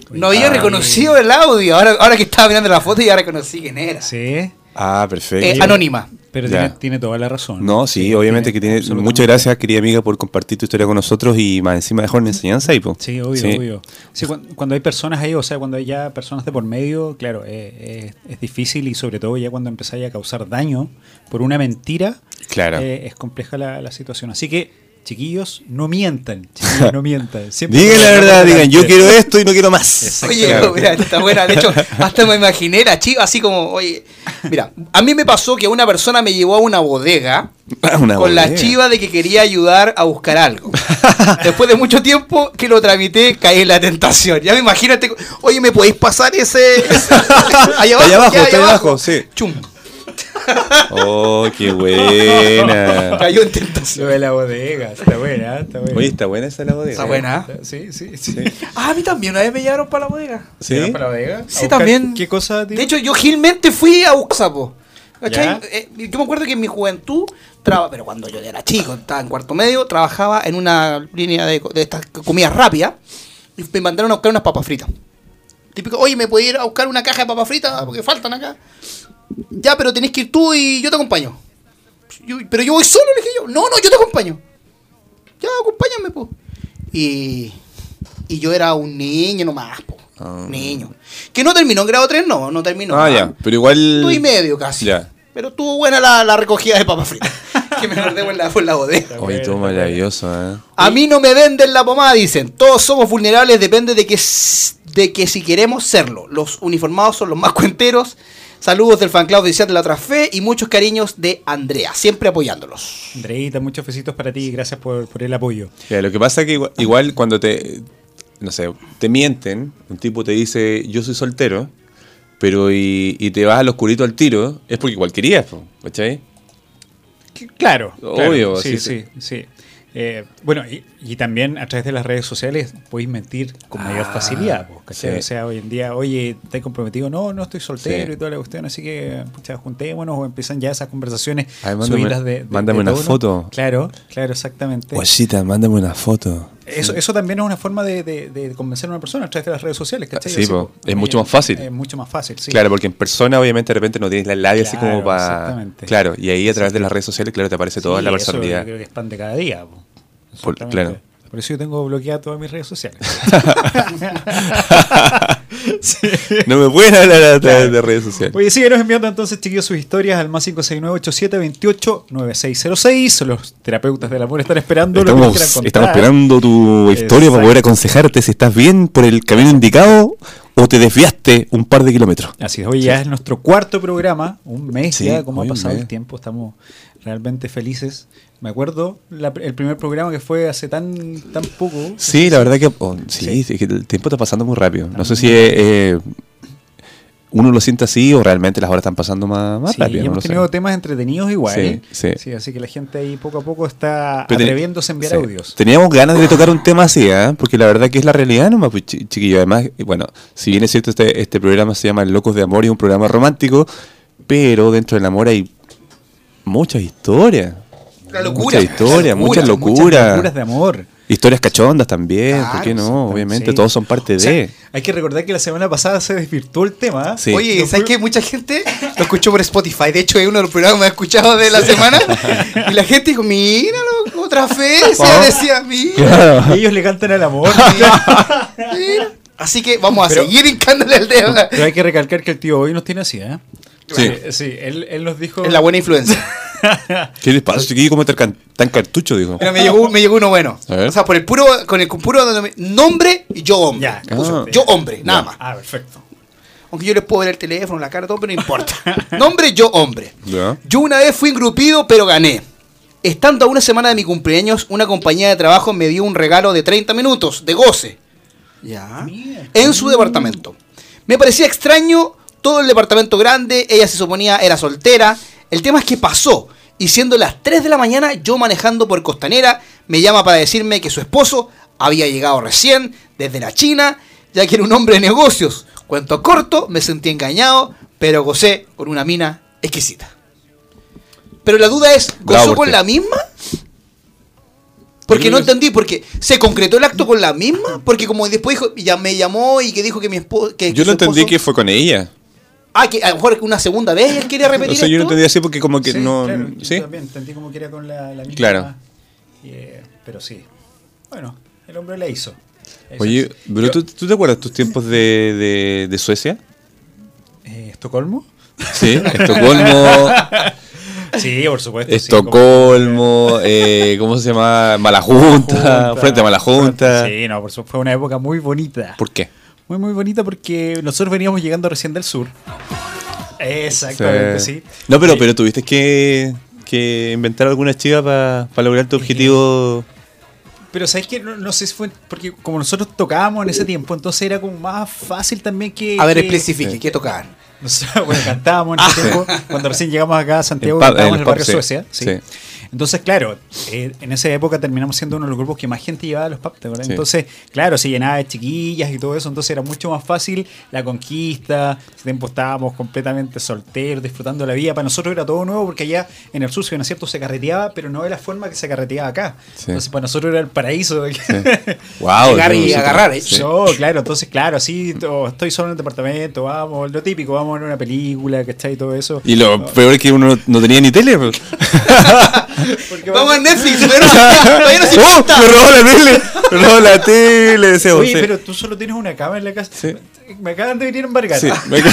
[SPEAKER 4] No había
[SPEAKER 1] Ah,
[SPEAKER 4] reconocido el audio. Ahora, ahora que estaba mirando la foto ya reconocí quién era.
[SPEAKER 1] Sí,
[SPEAKER 2] Ah,
[SPEAKER 4] Eh,
[SPEAKER 2] perfecto.
[SPEAKER 4] anónima.
[SPEAKER 1] pero
[SPEAKER 2] Ya.
[SPEAKER 1] tiene, tiene toda la razón.
[SPEAKER 2] No, sí, obviamente que tiene.
[SPEAKER 1] absolutamente.
[SPEAKER 2] Muchas gracias, querida amiga, por compartir tu historia con nosotros y más encima dejar una enseñanza y po.
[SPEAKER 1] Sí, obvio,
[SPEAKER 2] Sí.
[SPEAKER 1] obvio. Sí, cuan- cuando, hay personas ahí, o sea, cuando hay ya personas de por medio, claro, eh, es, es difícil y sobre todo ya cuando empezáis a causar daño por una mentira,
[SPEAKER 2] Claro.
[SPEAKER 1] eh, es compleja la, la situación. Así que, chiquillos, no mientan, chiquillos, no
[SPEAKER 2] [laughs]
[SPEAKER 1] mientan. Siempre
[SPEAKER 2] Digan la verdad, digan, yo quiero
[SPEAKER 1] esto.
[SPEAKER 2] esto y no quiero más.
[SPEAKER 1] Exacto.
[SPEAKER 4] Oye,
[SPEAKER 2] Claro.
[SPEAKER 4] mira, está buena. De
[SPEAKER 2] [laughs]
[SPEAKER 4] hecho, hasta me imaginé la chica así como, oye, mira, a mí me pasó que una persona me llevó a una bodega
[SPEAKER 2] Ah, Una
[SPEAKER 4] con la
[SPEAKER 2] bolera.
[SPEAKER 4] chiva de que quería ayudar a buscar algo. Después de mucho tiempo que lo tramité, caí en la tentación. Ya me imagino, este co- oye, ¿me podéis pasar ese?
[SPEAKER 2] [laughs]
[SPEAKER 4] ese- allá
[SPEAKER 2] Allá abajo,
[SPEAKER 4] ya,
[SPEAKER 2] está allá abajo, sí.
[SPEAKER 4] Chum,
[SPEAKER 2] Oh,
[SPEAKER 1] [laughs]
[SPEAKER 2] qué buena.
[SPEAKER 4] cayó en tentación.
[SPEAKER 1] Lo de la bodega, está buena, está buena.
[SPEAKER 2] Oye, está buena esa la bodega. ¿eh?
[SPEAKER 4] Está buena. ¿ah?
[SPEAKER 1] Sí, sí, sí.
[SPEAKER 4] Ah, a mí también, una vez me llevaron para la bodega.
[SPEAKER 1] ¿Te vas
[SPEAKER 2] Sí.
[SPEAKER 1] para la bodega? ¿A
[SPEAKER 4] Sí,
[SPEAKER 1] buscar
[SPEAKER 4] también.
[SPEAKER 1] ¿Qué cosa, tío?
[SPEAKER 4] De hecho, yo gilmente fui a Uxapo. ¿Cachai?
[SPEAKER 1] Ya.
[SPEAKER 4] Eh, yo me acuerdo que en mi juventud, traba- pero cuando yo era chico, estaba en cuarto medio, trabajaba en una línea de, co- de estas comidas rápidas y me mandaron a buscar unas papas fritas. Típico, oye, ¿me puede ir a buscar una caja de papas fritas? Ah, Porque faltan acá. Ya, pero tenés que ir tú y yo te acompaño. Yo- pero yo voy solo, le dije yo. No, no, yo te acompaño. Ya, acompáñame, po. Y, y yo era un niño nomás, po.
[SPEAKER 2] Ah.
[SPEAKER 4] Niño. Que no terminó en grado 3, no, no terminó.
[SPEAKER 2] Ah, ya. Pero igual.
[SPEAKER 4] Dos y medio casi.
[SPEAKER 2] Ya.
[SPEAKER 4] Pero estuvo buena la, la recogida de
[SPEAKER 2] [laughs]
[SPEAKER 4] papas fritas. que me acordé fue en la, fue en la bodega.
[SPEAKER 2] Oye, todo maravilloso, ¿eh?
[SPEAKER 4] A mí no me venden la pomada, dicen. Todos somos vulnerables, depende de que, s- de que si queremos serlo. Los uniformados son los más cuenteros. Saludos del fan club oficial de la otra fe y muchos cariños de Andrea, siempre apoyándolos.
[SPEAKER 1] Andreita, muchos besitos para ti. Gracias por, por el apoyo.
[SPEAKER 2] Mira, lo que pasa es que igual, igual cuando te, no sé, te mienten, un tipo te dice, yo soy soltero, pero y, y te vas al oscurito al tiro, es porque igual querías, po, ¿cachai?
[SPEAKER 1] Que- Claro, claro,
[SPEAKER 2] Obvio,
[SPEAKER 1] Sí, sí,
[SPEAKER 2] sí,
[SPEAKER 1] sí. Eh, bueno, y, y también a través de las redes sociales podéis mentir con mayor
[SPEAKER 2] Ah,
[SPEAKER 1] facilidad. po, ¿cachai?
[SPEAKER 2] sí.
[SPEAKER 1] O sea, hoy en día, oye, ¿estás comprometido? No, no estoy soltero
[SPEAKER 2] Sí.
[SPEAKER 1] y toda la cuestión, así que pucha, juntémonos o empiezan ya esas conversaciones.
[SPEAKER 2] Ay, mándame-
[SPEAKER 1] subidas de, de-
[SPEAKER 2] mándame
[SPEAKER 1] de
[SPEAKER 2] una
[SPEAKER 1] tono.
[SPEAKER 2] foto. Pues
[SPEAKER 1] Claro, claro, exactamente.
[SPEAKER 2] Guachita, mándame una foto.
[SPEAKER 1] Eso, eso también es una forma de, de- de convencer a una persona a través de las redes sociales, ¿cachai?
[SPEAKER 2] Ah, sí,
[SPEAKER 1] Así, oye,
[SPEAKER 2] po. Es mucho más fácil.
[SPEAKER 1] Es mucho más fácil, sí.
[SPEAKER 2] Claro, porque en persona obviamente de repente no tienes la labia así
[SPEAKER 1] Claro,
[SPEAKER 2] como para...
[SPEAKER 1] exactamente.
[SPEAKER 2] Claro, y ahí a través de las redes sociales, claro, te aparece toda
[SPEAKER 1] Sí,
[SPEAKER 2] la
[SPEAKER 1] eso yo
[SPEAKER 2] personalidad.
[SPEAKER 1] creo que es pan de cada día. po.
[SPEAKER 2] Por-
[SPEAKER 1] Exactamente.
[SPEAKER 2] claro.
[SPEAKER 1] Por eso yo tengo bloqueadas todas mis redes sociales.
[SPEAKER 2] [laughs]
[SPEAKER 1] Sí.
[SPEAKER 2] [laughs] No me pueden hablar a través
[SPEAKER 1] Claro.
[SPEAKER 2] de redes sociales.
[SPEAKER 1] Oye, síguenos enviando entonces, chiquillos, sus historias al más 569-8728-9606. Los terapeutas del amor están esperando lo que nos quieran
[SPEAKER 2] Estamos,
[SPEAKER 1] contar.
[SPEAKER 2] estamos esperando tu historia para
[SPEAKER 1] Exacto.
[SPEAKER 2] poder aconsejarte si estás bien por el camino indicado o te desviaste un par de kilómetros.
[SPEAKER 1] Así es, hoy ya es nuestro cuarto programa, un mes
[SPEAKER 2] Sí,
[SPEAKER 1] ya, como ha
[SPEAKER 2] hoy un
[SPEAKER 1] pasado el
[SPEAKER 2] mes.
[SPEAKER 1] tiempo, estamos realmente felices. Me acuerdo la- el primer programa que fue hace tan, tan poco.
[SPEAKER 2] Sí, la verdad que oh,
[SPEAKER 1] Sí.
[SPEAKER 2] sí, sí, que el tiempo está pasando muy rápido. No sé si eh, uno lo siente así o realmente las horas están pasando más, más
[SPEAKER 1] Sí, y
[SPEAKER 2] rápido. no
[SPEAKER 1] hemos
[SPEAKER 2] lo sé.
[SPEAKER 1] tenido temas entretenidos igual.
[SPEAKER 2] Sí,
[SPEAKER 1] ¿eh?
[SPEAKER 2] sí.
[SPEAKER 1] así que la gente ahí poco a poco está
[SPEAKER 2] Pero teni-
[SPEAKER 1] atreviéndose a enviar
[SPEAKER 2] sí.
[SPEAKER 1] audios.
[SPEAKER 2] Teníamos ganas de tocar un tema así, ¿ah? porque la verdad que es la realidad nomás, pues, chi- chiquillo. Además, eh, bueno, si bien es cierto, este, este programa se llama Locos de Amor y es un programa romántico, pero dentro del amor hay muchas historias.
[SPEAKER 4] La locura.
[SPEAKER 2] Mucha historia,
[SPEAKER 4] La
[SPEAKER 2] mucha locura.
[SPEAKER 4] locura.
[SPEAKER 1] Muchas locuras de amor.
[SPEAKER 2] Historias cachondas también, ¿por qué
[SPEAKER 4] Claro,
[SPEAKER 2] no? Obviamente,
[SPEAKER 1] Sí.
[SPEAKER 2] todos son parte
[SPEAKER 1] O sea,
[SPEAKER 2] de.
[SPEAKER 1] hay que recordar que la semana pasada se desvirtuó el tema.
[SPEAKER 2] Sí.
[SPEAKER 4] Oye, ¿sabes qué? Mucha gente lo escuchó por Spotify. De hecho, es uno de los programas más escuchados de la
[SPEAKER 2] [laughs]
[SPEAKER 4] semana. Y la gente dijo, míralo, otra vez.
[SPEAKER 2] Ah.
[SPEAKER 4] Decía, mira,
[SPEAKER 2] Claro.
[SPEAKER 1] Y [laughs] ellos le cantan al
[SPEAKER 2] [laughs]
[SPEAKER 1] amor.
[SPEAKER 4] mira. [laughs] Así que vamos a
[SPEAKER 1] Pero-
[SPEAKER 4] seguir hincándole el dedo.
[SPEAKER 1] Pero hay que recalcar que el tío hoy nos tiene así, ¿eh?
[SPEAKER 2] Sí.
[SPEAKER 1] Eh, sí él, él nos dijo.
[SPEAKER 4] Es la buena influencia.
[SPEAKER 2] ¿Qué les pasa, chiquillo? ¿Cómo están can- tan cartucho? Dijo.
[SPEAKER 4] Mira, me llegó, me llegó uno bueno.
[SPEAKER 2] A ver.
[SPEAKER 4] O sea, por el puro, con el puro nom- nombre y yo
[SPEAKER 1] [laughs]
[SPEAKER 4] hombre.
[SPEAKER 1] Ya,
[SPEAKER 2] Ah.
[SPEAKER 1] puso-
[SPEAKER 4] Yo hombre, nada más.
[SPEAKER 1] Ah, perfecto.
[SPEAKER 4] Aunque yo les puedo ver el teléfono, la cara, todo, pero no importa. nombre, yo hombre.
[SPEAKER 2] Ya.
[SPEAKER 4] Yo una vez fui engrupido, pero gané. Estando a una semana de mi cumpleaños, una compañía de trabajo me dio un regalo de 30 minutos de goce. Ya. En su departamento. Me parecía extraño, todo el departamento grande, ella se suponía era soltera. El tema es que pasó, y siendo las 3 de la mañana, yo manejando por Costanera, me llama para decirme que su esposo había llegado recién desde la China, ya que era un hombre de negocios. Cuento corto, me sentí engañado, pero gocé con una mina exquisita. Pero la duda es,
[SPEAKER 2] Bravo
[SPEAKER 4] ¿gozó
[SPEAKER 2] por
[SPEAKER 4] con
[SPEAKER 2] ti.
[SPEAKER 4] la misma? Porque
[SPEAKER 2] creo
[SPEAKER 4] no
[SPEAKER 2] que-
[SPEAKER 4] entendí, porque se concretó el acto con la misma, porque como después dijo, ya me llamó y que dijo que mi esposo... Que,
[SPEAKER 2] Yo
[SPEAKER 4] su
[SPEAKER 2] no entendí
[SPEAKER 4] esposo-
[SPEAKER 2] que fue con ella.
[SPEAKER 4] Ah, que a lo mejor una segunda vez él quería
[SPEAKER 2] [laughs]
[SPEAKER 4] repetir
[SPEAKER 2] O sea, yo no
[SPEAKER 4] esto.
[SPEAKER 2] entendí así porque como que
[SPEAKER 1] Sí,
[SPEAKER 2] no...
[SPEAKER 1] claro, yo
[SPEAKER 2] ¿sí?
[SPEAKER 1] también entendí como que era con la, la misma.
[SPEAKER 2] Claro.
[SPEAKER 1] y, eh, pero sí. Bueno, el hombre la hizo. La hizo
[SPEAKER 2] Oye,
[SPEAKER 1] así.
[SPEAKER 2] pero
[SPEAKER 1] Yo-
[SPEAKER 2] ¿tú, tú te acuerdas tus tiempos de, de- de Suecia?
[SPEAKER 1] eh, ¿Estocolmo?
[SPEAKER 2] Sí, [laughs] Estocolmo,
[SPEAKER 1] Sí, por supuesto. sí, como-
[SPEAKER 2] Estocolmo, eh, ¿cómo se llama? Malajunta, Frente a Malajunta.
[SPEAKER 1] Sí, no, por supuesto. Fue una época muy bonita.
[SPEAKER 2] ¿Por qué?
[SPEAKER 1] Muy, muy bonita porque nosotros veníamos llegando recién del sur. Exactamente, sí.
[SPEAKER 2] No, pero,
[SPEAKER 1] Sí.
[SPEAKER 2] pero tuviste que, que inventar alguna chiva para lograr tu objetivo.
[SPEAKER 1] Pero sabes que no, no sé si fue porque como nosotros tocábamos en ese tiempo, entonces era como más fácil también que.
[SPEAKER 4] A ver,
[SPEAKER 1] que-
[SPEAKER 4] especifique, ¿qué tocar?
[SPEAKER 1] [laughs] Nosotros, bueno, cantábamos en ese tiempo, cuando recién llegamos acá a Santiago,
[SPEAKER 2] Ah, El pub-
[SPEAKER 1] cantábamos
[SPEAKER 2] el
[SPEAKER 1] en el barrio
[SPEAKER 2] pub, sí.
[SPEAKER 1] Suecia. sí.
[SPEAKER 2] Sí.
[SPEAKER 1] Entonces, claro, eh, en esa época terminamos siendo uno de los grupos que más gente llevaba a los pubs, ¿te acuerdas?
[SPEAKER 2] Sí.
[SPEAKER 1] Entonces, claro, se llenaba de chiquillas y todo eso, entonces era mucho más fácil la conquista, ese tiempo estábamos completamente solteros, disfrutando la vida, para nosotros era todo nuevo porque allá en el sur, si bien es cierto, se carreteaba, pero no de la forma que se carreteaba acá.
[SPEAKER 2] Sí.
[SPEAKER 1] Entonces, para nosotros era el paraíso. [laughs]
[SPEAKER 2] Wow,
[SPEAKER 4] Llegar y
[SPEAKER 2] sí.
[SPEAKER 4] agarrar, ¿eh?
[SPEAKER 2] Sí.
[SPEAKER 1] No, claro, entonces, claro, así to- estoy solo en el departamento, vamos, lo típico, vamos a ver una película, ¿cachai? Y todo eso.
[SPEAKER 2] Y lo peor es que uno no tenía ni tele. pues.
[SPEAKER 4] Vamos
[SPEAKER 2] [laughs]
[SPEAKER 4] a Netflix, pero todavía no se
[SPEAKER 2] ¡Oh!
[SPEAKER 4] importa.
[SPEAKER 2] ¡Me robó la tele! ¡Me robó la tele! Decíamos,
[SPEAKER 1] Oye,
[SPEAKER 2] sí.
[SPEAKER 1] pero tú solo tienes una cama en la casa.
[SPEAKER 2] Sí.
[SPEAKER 1] Me acaban de venir a embargar.
[SPEAKER 2] Sí, me- [laughs]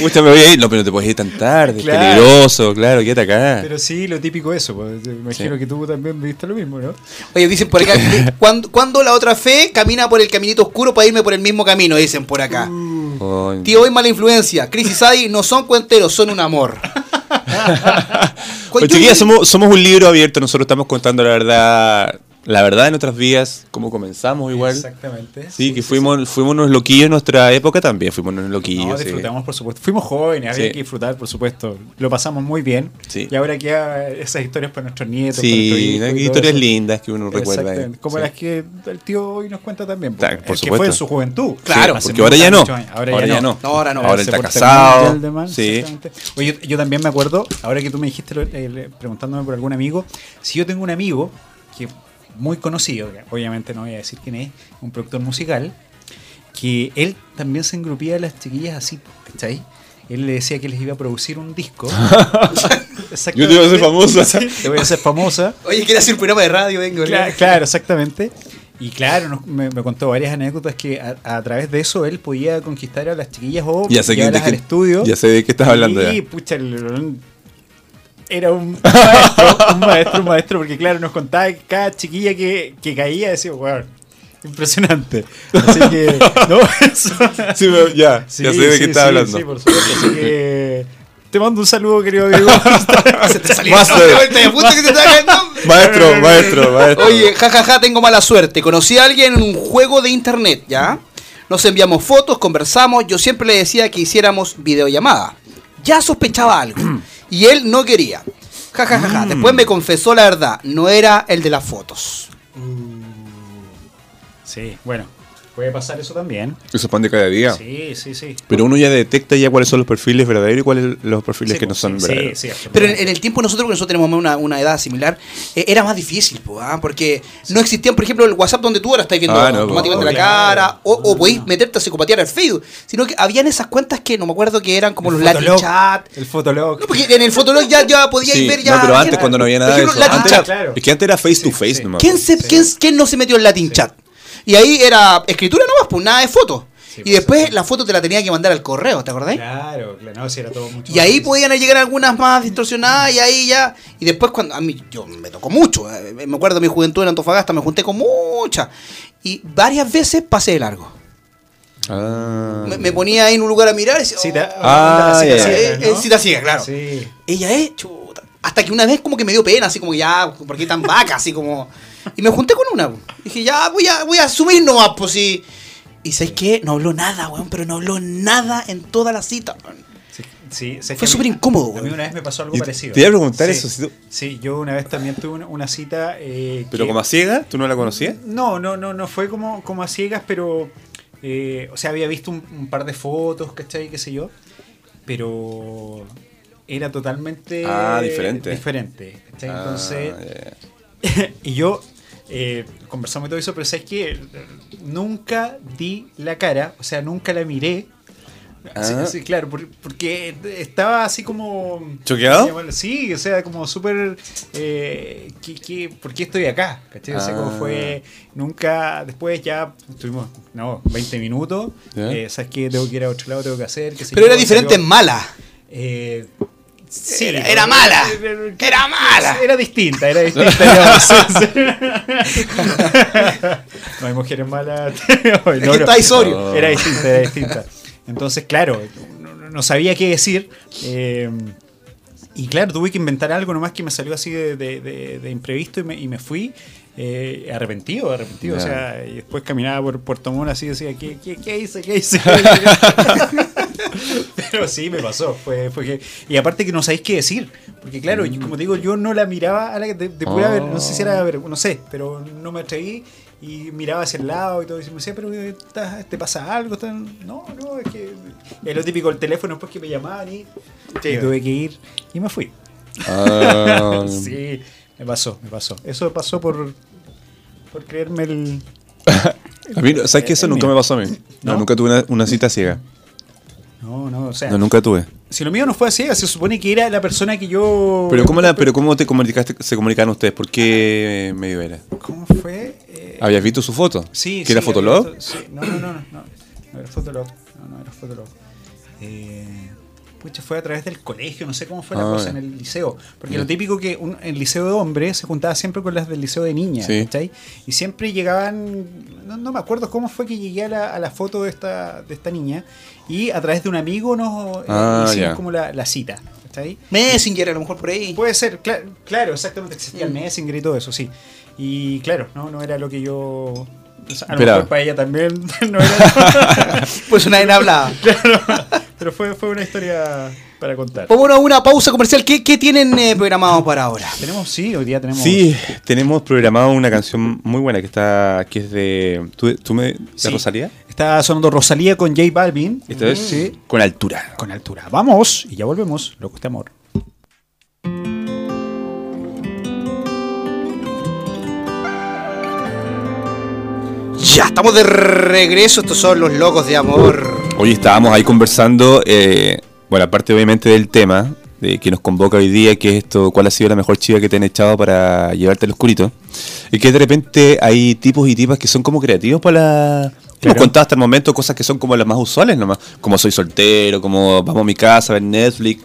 [SPEAKER 2] Pucha, me voy a ir. No, pero no te puedes ir tan tarde,
[SPEAKER 1] Claro.
[SPEAKER 2] es peligroso, claro, quédate acá.
[SPEAKER 1] Pero sí, lo típico eso. pues, me imagino que tú también viste lo mismo, ¿no?
[SPEAKER 4] Oye, dicen por acá, ¿cuándo, cuándo la otra fe camina por el caminito oscuro para irme por el mismo camino? Dicen por acá.
[SPEAKER 2] Ay. [laughs]
[SPEAKER 4] Tío, hoy mala influencia. Chris y Sadie no son cuenteros, son un amor.
[SPEAKER 2] Pero chiquillas, somos, somos un libro abierto, nosotros estamos contando la verdad, la verdad de nuestras vidas, cómo comenzamos igual.
[SPEAKER 1] Exactamente.
[SPEAKER 2] Sí, que fuimos, fuimos unos loquillos en nuestra época también, fuimos unos loquillos.
[SPEAKER 1] No,
[SPEAKER 2] sí.
[SPEAKER 1] disfrutamos, por supuesto. Fuimos jóvenes, había
[SPEAKER 2] Sí.
[SPEAKER 1] que disfrutar, por supuesto. Lo pasamos muy bien.
[SPEAKER 2] Sí.
[SPEAKER 1] Y ahora queda esas historias para nuestros nietos. para nuestros
[SPEAKER 2] Sí,
[SPEAKER 1] hijos y
[SPEAKER 2] hay
[SPEAKER 1] todo
[SPEAKER 2] historias
[SPEAKER 1] eso.
[SPEAKER 2] lindas que uno recuerda. ahí.
[SPEAKER 1] Exactamente, Como
[SPEAKER 2] Sí.
[SPEAKER 1] las que el tío hoy nos cuenta también. pues,
[SPEAKER 2] Ta-
[SPEAKER 1] el
[SPEAKER 2] por
[SPEAKER 1] que fue en
[SPEAKER 2] supuesto.
[SPEAKER 1] su juventud.
[SPEAKER 2] Claro,
[SPEAKER 1] hace
[SPEAKER 2] porque ahora ya no.
[SPEAKER 1] muchos años. Ahora, ya, no.
[SPEAKER 4] No, ahora no.
[SPEAKER 2] Ahora
[SPEAKER 1] Se
[SPEAKER 2] él está
[SPEAKER 1] porta mal
[SPEAKER 2] casado.
[SPEAKER 1] el demás,
[SPEAKER 2] sí.
[SPEAKER 1] exactamente. Oye, yo, yo también me acuerdo, ahora que tú me dijiste, lo- eh, preguntándome por algún amigo, si yo tengo un amigo que muy conocido, que obviamente no voy a decir quién es, un productor musical, que él también se engrupía a las chiquillas así, ¿cachai? Él le decía que les iba a producir un
[SPEAKER 2] [laughs]
[SPEAKER 1] disco. [laughs] Exactamente.
[SPEAKER 2] Yo te iba a hacer famosa.
[SPEAKER 1] [laughs] Sí, te voy a hacer famosa.
[SPEAKER 4] Oye, quiere hacer un programa de radio, vengo. [laughs]
[SPEAKER 1] Claro, claro, exactamente. Y claro, nos- me, me contó varias anécdotas que a, a través de eso él podía conquistar a las chiquillas o
[SPEAKER 2] Ya sé, que,
[SPEAKER 1] llevarlas al estudio.
[SPEAKER 2] ya sé de qué estás hablando.
[SPEAKER 1] Y
[SPEAKER 2] ya.
[SPEAKER 1] pucha, el Lorón era un [laughs] maestro, un maestro, un maestro, porque claro, nos contaba que cada chiquilla que, que caía decía, wow, impresionante. Así que, no, eso.
[SPEAKER 2] Sí, me- [laughs] ya,
[SPEAKER 1] Sí,
[SPEAKER 2] ya sé de
[SPEAKER 1] sí,
[SPEAKER 2] qué estás
[SPEAKER 1] sí,
[SPEAKER 2] hablando.
[SPEAKER 1] Sí, por supuesto. Así que te mando un saludo, querido
[SPEAKER 2] [laughs]
[SPEAKER 1] amigo.
[SPEAKER 4] Se te salió
[SPEAKER 2] Master.
[SPEAKER 4] de vuelta, de puta que se te haga el nombre.
[SPEAKER 1] [laughs]
[SPEAKER 2] Maestro, maestro, maestro.
[SPEAKER 4] Oye, jajaja, tengo mala suerte. Conocí a alguien en un juego de internet, ¿ya? Nos enviamos fotos, conversamos. Yo siempre le decía que hiciéramos videollamada. Ya sospechaba algo.
[SPEAKER 2] [clears throat]
[SPEAKER 4] y él no quería. Jajajaja.
[SPEAKER 2] Mm.
[SPEAKER 4] Después me confesó la verdad. No era el de las fotos.
[SPEAKER 1] Sí, bueno, puede pasar eso también.
[SPEAKER 2] Eso es pan de cada día.
[SPEAKER 1] Sí, sí, sí.
[SPEAKER 2] Pero uno ya detecta ya cuáles son los perfiles verdaderos y cuáles los perfiles que no son
[SPEAKER 1] sí,
[SPEAKER 2] verdaderos.
[SPEAKER 1] sí,
[SPEAKER 4] pues, Pero en, en el tiempo nosotros, porque nosotros tenemos una, una edad similar, eh, era más difícil, po, ¿ah? porque no existían, por ejemplo, el WhatsApp donde tú ahora estás viendo
[SPEAKER 2] Ah, no,
[SPEAKER 4] automáticamente
[SPEAKER 2] po. Mm.
[SPEAKER 4] la cara, o, o
[SPEAKER 1] No,
[SPEAKER 4] podéis
[SPEAKER 1] no.
[SPEAKER 4] meterte a psicopatear al Facebook, sino que habían esas cuentas que no me acuerdo que eran como
[SPEAKER 1] El
[SPEAKER 4] los Latin
[SPEAKER 1] Fotolog,
[SPEAKER 4] Chat.
[SPEAKER 1] El fotolog.
[SPEAKER 4] No, porque en el Fotolog ya, ya podíais
[SPEAKER 2] Sí,
[SPEAKER 4] ver ya.
[SPEAKER 2] no, pero antes
[SPEAKER 4] gente.
[SPEAKER 2] cuando no había nada
[SPEAKER 4] por ejemplo,
[SPEAKER 2] de eso.
[SPEAKER 4] Latin
[SPEAKER 2] Antes-
[SPEAKER 4] Chat.
[SPEAKER 1] claro.
[SPEAKER 2] Es que antes era face to
[SPEAKER 1] Sí,
[SPEAKER 2] face
[SPEAKER 1] sí.
[SPEAKER 2] nomás.
[SPEAKER 4] ¿Quién, se, quién, quién no se metió en Latin Chat? Y ahí era escritura nomás, pues nada de fotos.
[SPEAKER 1] Sí,
[SPEAKER 4] y
[SPEAKER 1] pues,
[SPEAKER 4] después la foto te la tenía que mandar al correo, ¿te acordáis?
[SPEAKER 1] Claro, claro, no, si era todo mucho
[SPEAKER 4] Y ahí
[SPEAKER 1] más
[SPEAKER 4] podían llegar algunas más distorsionadas y ahí ya. Y después cuando. A mí, yo me tocó mucho. eh, Me acuerdo de mi juventud en Antofagasta, me junté con muchas. Y varias veces pasé de largo.
[SPEAKER 2] Ah.
[SPEAKER 4] Me, me ponía ahí en un lugar a mirar y decía,
[SPEAKER 1] difícil. Cita-
[SPEAKER 4] "Oh,
[SPEAKER 2] Ah,
[SPEAKER 1] cita
[SPEAKER 2] ya,
[SPEAKER 4] eh,
[SPEAKER 2] ya.
[SPEAKER 1] ciega,
[SPEAKER 4] eh,
[SPEAKER 1] ¿no?
[SPEAKER 4] cita ciega, claro.
[SPEAKER 1] Sí.
[SPEAKER 4] Ella es. chuta. Hasta que una vez como que me dio pena, así como que ya, ¿por qué tan vaca? Así como. Y me junté con una. po. Dije, ya voy a, voy a asumir nomás, pues sí. Y ¿sabes qué? No habló nada, weón, pero no habló nada en toda la cita, weón.
[SPEAKER 1] Sí, sí, sé
[SPEAKER 4] Fue
[SPEAKER 1] que a mí-
[SPEAKER 4] súper incómodo,
[SPEAKER 1] A
[SPEAKER 4] güey.
[SPEAKER 1] mí una vez me pasó algo
[SPEAKER 2] Y te-
[SPEAKER 1] parecido.
[SPEAKER 2] te iba a preguntar
[SPEAKER 1] Sí,
[SPEAKER 2] eso, si tú-
[SPEAKER 1] Sí, yo una vez también tuve una, una cita. eh,
[SPEAKER 2] Pero
[SPEAKER 1] que-
[SPEAKER 2] como a ciega, ¿tú no la conocías?
[SPEAKER 1] No, no, no, no fue como, como a ciegas, pero. eh, o sea, había visto un, un par de fotos, ¿cachai? ¿Qué sé yo? Pero. Era totalmente.
[SPEAKER 2] Ah, diferente.
[SPEAKER 1] Diferente, ¿cachai?
[SPEAKER 2] Ah,
[SPEAKER 1] Entonces.
[SPEAKER 2] ya, ya.
[SPEAKER 1] [laughs] y yo eh, conversamos y todo eso, pero sabes que eh, nunca di la cara, o sea, nunca la miré. Sí,
[SPEAKER 2] Ah.
[SPEAKER 1] sí, claro, por- porque estaba así como.
[SPEAKER 2] ¿Choqueado?
[SPEAKER 1] Llamarlo- Sí, o sea, como súper. Eh, ¿qué- qué- por qué estoy acá? ¿Cachai? O sea, como
[SPEAKER 2] Ah.
[SPEAKER 1] fue. Nunca. Después ya tuvimos, no, 20 minutos.
[SPEAKER 2] Ya.
[SPEAKER 1] eh, ¿Sabes qué? Tengo que ir a otro lado, tengo que hacer. qué sé
[SPEAKER 4] Pero
[SPEAKER 1] yo,
[SPEAKER 4] era diferente
[SPEAKER 1] salió-
[SPEAKER 4] en mala.
[SPEAKER 1] eh, sí,
[SPEAKER 4] Era-
[SPEAKER 1] pero-
[SPEAKER 4] era mala.
[SPEAKER 1] Era-
[SPEAKER 4] Era mala.
[SPEAKER 1] Era distinta,
[SPEAKER 4] [laughs]
[SPEAKER 1] era distinta. digamos, sí, sí. no hay mujeres malas. [laughs] No,
[SPEAKER 4] que está ahí sobrio.
[SPEAKER 1] no, Era distinta, era distinta. Entonces, claro, no, no- no sabía qué decir. eh, Y claro, tuve que inventar algo nomás que me salió así de, de- de- de imprevisto y me, y me fui eh, arrepentido, arrepentido.
[SPEAKER 2] Ya.
[SPEAKER 1] O sea, y después caminaba por Puerto Montt así decía, ¿qué, qué, qué hice? ¿Qué
[SPEAKER 4] [laughs]
[SPEAKER 1] hice? ¿Qué hice?". [laughs] Pero sí, me pasó. Fue, fue que- y aparte que no sabéis qué decir. Porque claro, yo- como te digo, yo no la miraba a la que te, te pude
[SPEAKER 2] Oh.
[SPEAKER 1] haber- no sé si era, ver- no sé, pero no me atreví. Y miraba hacia el lado y todo, y me decía, pero eh, estás- ¿te pasa algo? ¿Estás- No, no, es que... Es lo típico, el teléfono después que me llamaban y... Y
[SPEAKER 4] Sí, güey.
[SPEAKER 1] tuve que ir y me fui.
[SPEAKER 2] Ah,
[SPEAKER 1] [laughs] sí, me pasó, me pasó. Eso pasó por, por creerme el.
[SPEAKER 2] A mí, ¿sabes que Eso
[SPEAKER 1] El
[SPEAKER 2] nunca
[SPEAKER 1] mío.
[SPEAKER 2] me pasó a mí. No,
[SPEAKER 1] ¿No?
[SPEAKER 2] nunca tuve una, una cita ciega.
[SPEAKER 1] No, no, o sea.
[SPEAKER 2] No, nunca tuve.
[SPEAKER 1] Si lo mío no fue así, se supone que era la persona que yo.
[SPEAKER 2] Pero ¿cómo, la, pero ¿cómo te comunicaste, se comunicaban ustedes? ¿Por qué medio era?
[SPEAKER 1] ¿Cómo fue? Eh,
[SPEAKER 2] ¿Habías visto su foto?
[SPEAKER 1] sí,
[SPEAKER 2] ¿Que
[SPEAKER 1] sí,
[SPEAKER 2] era
[SPEAKER 1] había
[SPEAKER 2] fotolog?
[SPEAKER 1] visto- sí, no, no, no, no, no. No era Fotolog. No, no era Fotolog. Eh, pucha, fue a través del colegio, no sé cómo fue la
[SPEAKER 2] Ah,
[SPEAKER 1] cosa
[SPEAKER 2] ya.
[SPEAKER 1] en el liceo. Porque lo típico que un, el liceo de hombres se juntaba siempre con las del liceo de niñas,
[SPEAKER 2] Sí.
[SPEAKER 1] ¿cachai? Y siempre llegaban, no, no me acuerdo cómo fue que llegué a la, a la foto de esta, de esta niña. Y a través de un amigo nos eh,
[SPEAKER 2] Ah,
[SPEAKER 1] hicimos
[SPEAKER 2] ya.
[SPEAKER 1] como la, la cita, ¿cachai?
[SPEAKER 4] Messenger, a lo mejor por ahí.
[SPEAKER 1] Puede ser, cla- claro, exactamente. Existía
[SPEAKER 4] Mm.
[SPEAKER 1] el Messenger y todo eso, sí. Y claro, no, no era lo que yo. o sea, a lo
[SPEAKER 2] Esperaba.
[SPEAKER 1] mejor para ella también [laughs] no era.
[SPEAKER 4] [laughs] Pues nadie hablaba.
[SPEAKER 1] [laughs] claro, pero fue, fue una historia para contar.
[SPEAKER 4] Vámonos a una pausa comercial. ¿Qué, qué tienen eh, programado para ahora?
[SPEAKER 1] Tenemos, sí, hoy día tenemos.
[SPEAKER 2] Sí, tenemos programado una canción muy buena que está que es de tú, tú me de
[SPEAKER 1] Sí.
[SPEAKER 2] Rosalía.
[SPEAKER 1] Está sonando Rosalía con J Balvin.
[SPEAKER 2] Esto es
[SPEAKER 1] Sí.
[SPEAKER 2] con altura.
[SPEAKER 1] Con altura. Vamos y ya volvemos. Loco este amor.
[SPEAKER 4] Ya, estamos de regreso. Estos son los locos de amor.
[SPEAKER 2] Hoy estábamos ahí conversando, eh, bueno, aparte obviamente del tema de que nos convoca hoy día, que es esto, cuál ha sido la mejor chiva que te han echado para llevarte al oscurito, y que de repente hay tipos y tipas que son como creativos para la... Hemos
[SPEAKER 1] Claro.
[SPEAKER 2] contado hasta el momento cosas que son como las más usuales nomás, como soy soltero, como vamos a mi casa a ver Netflix,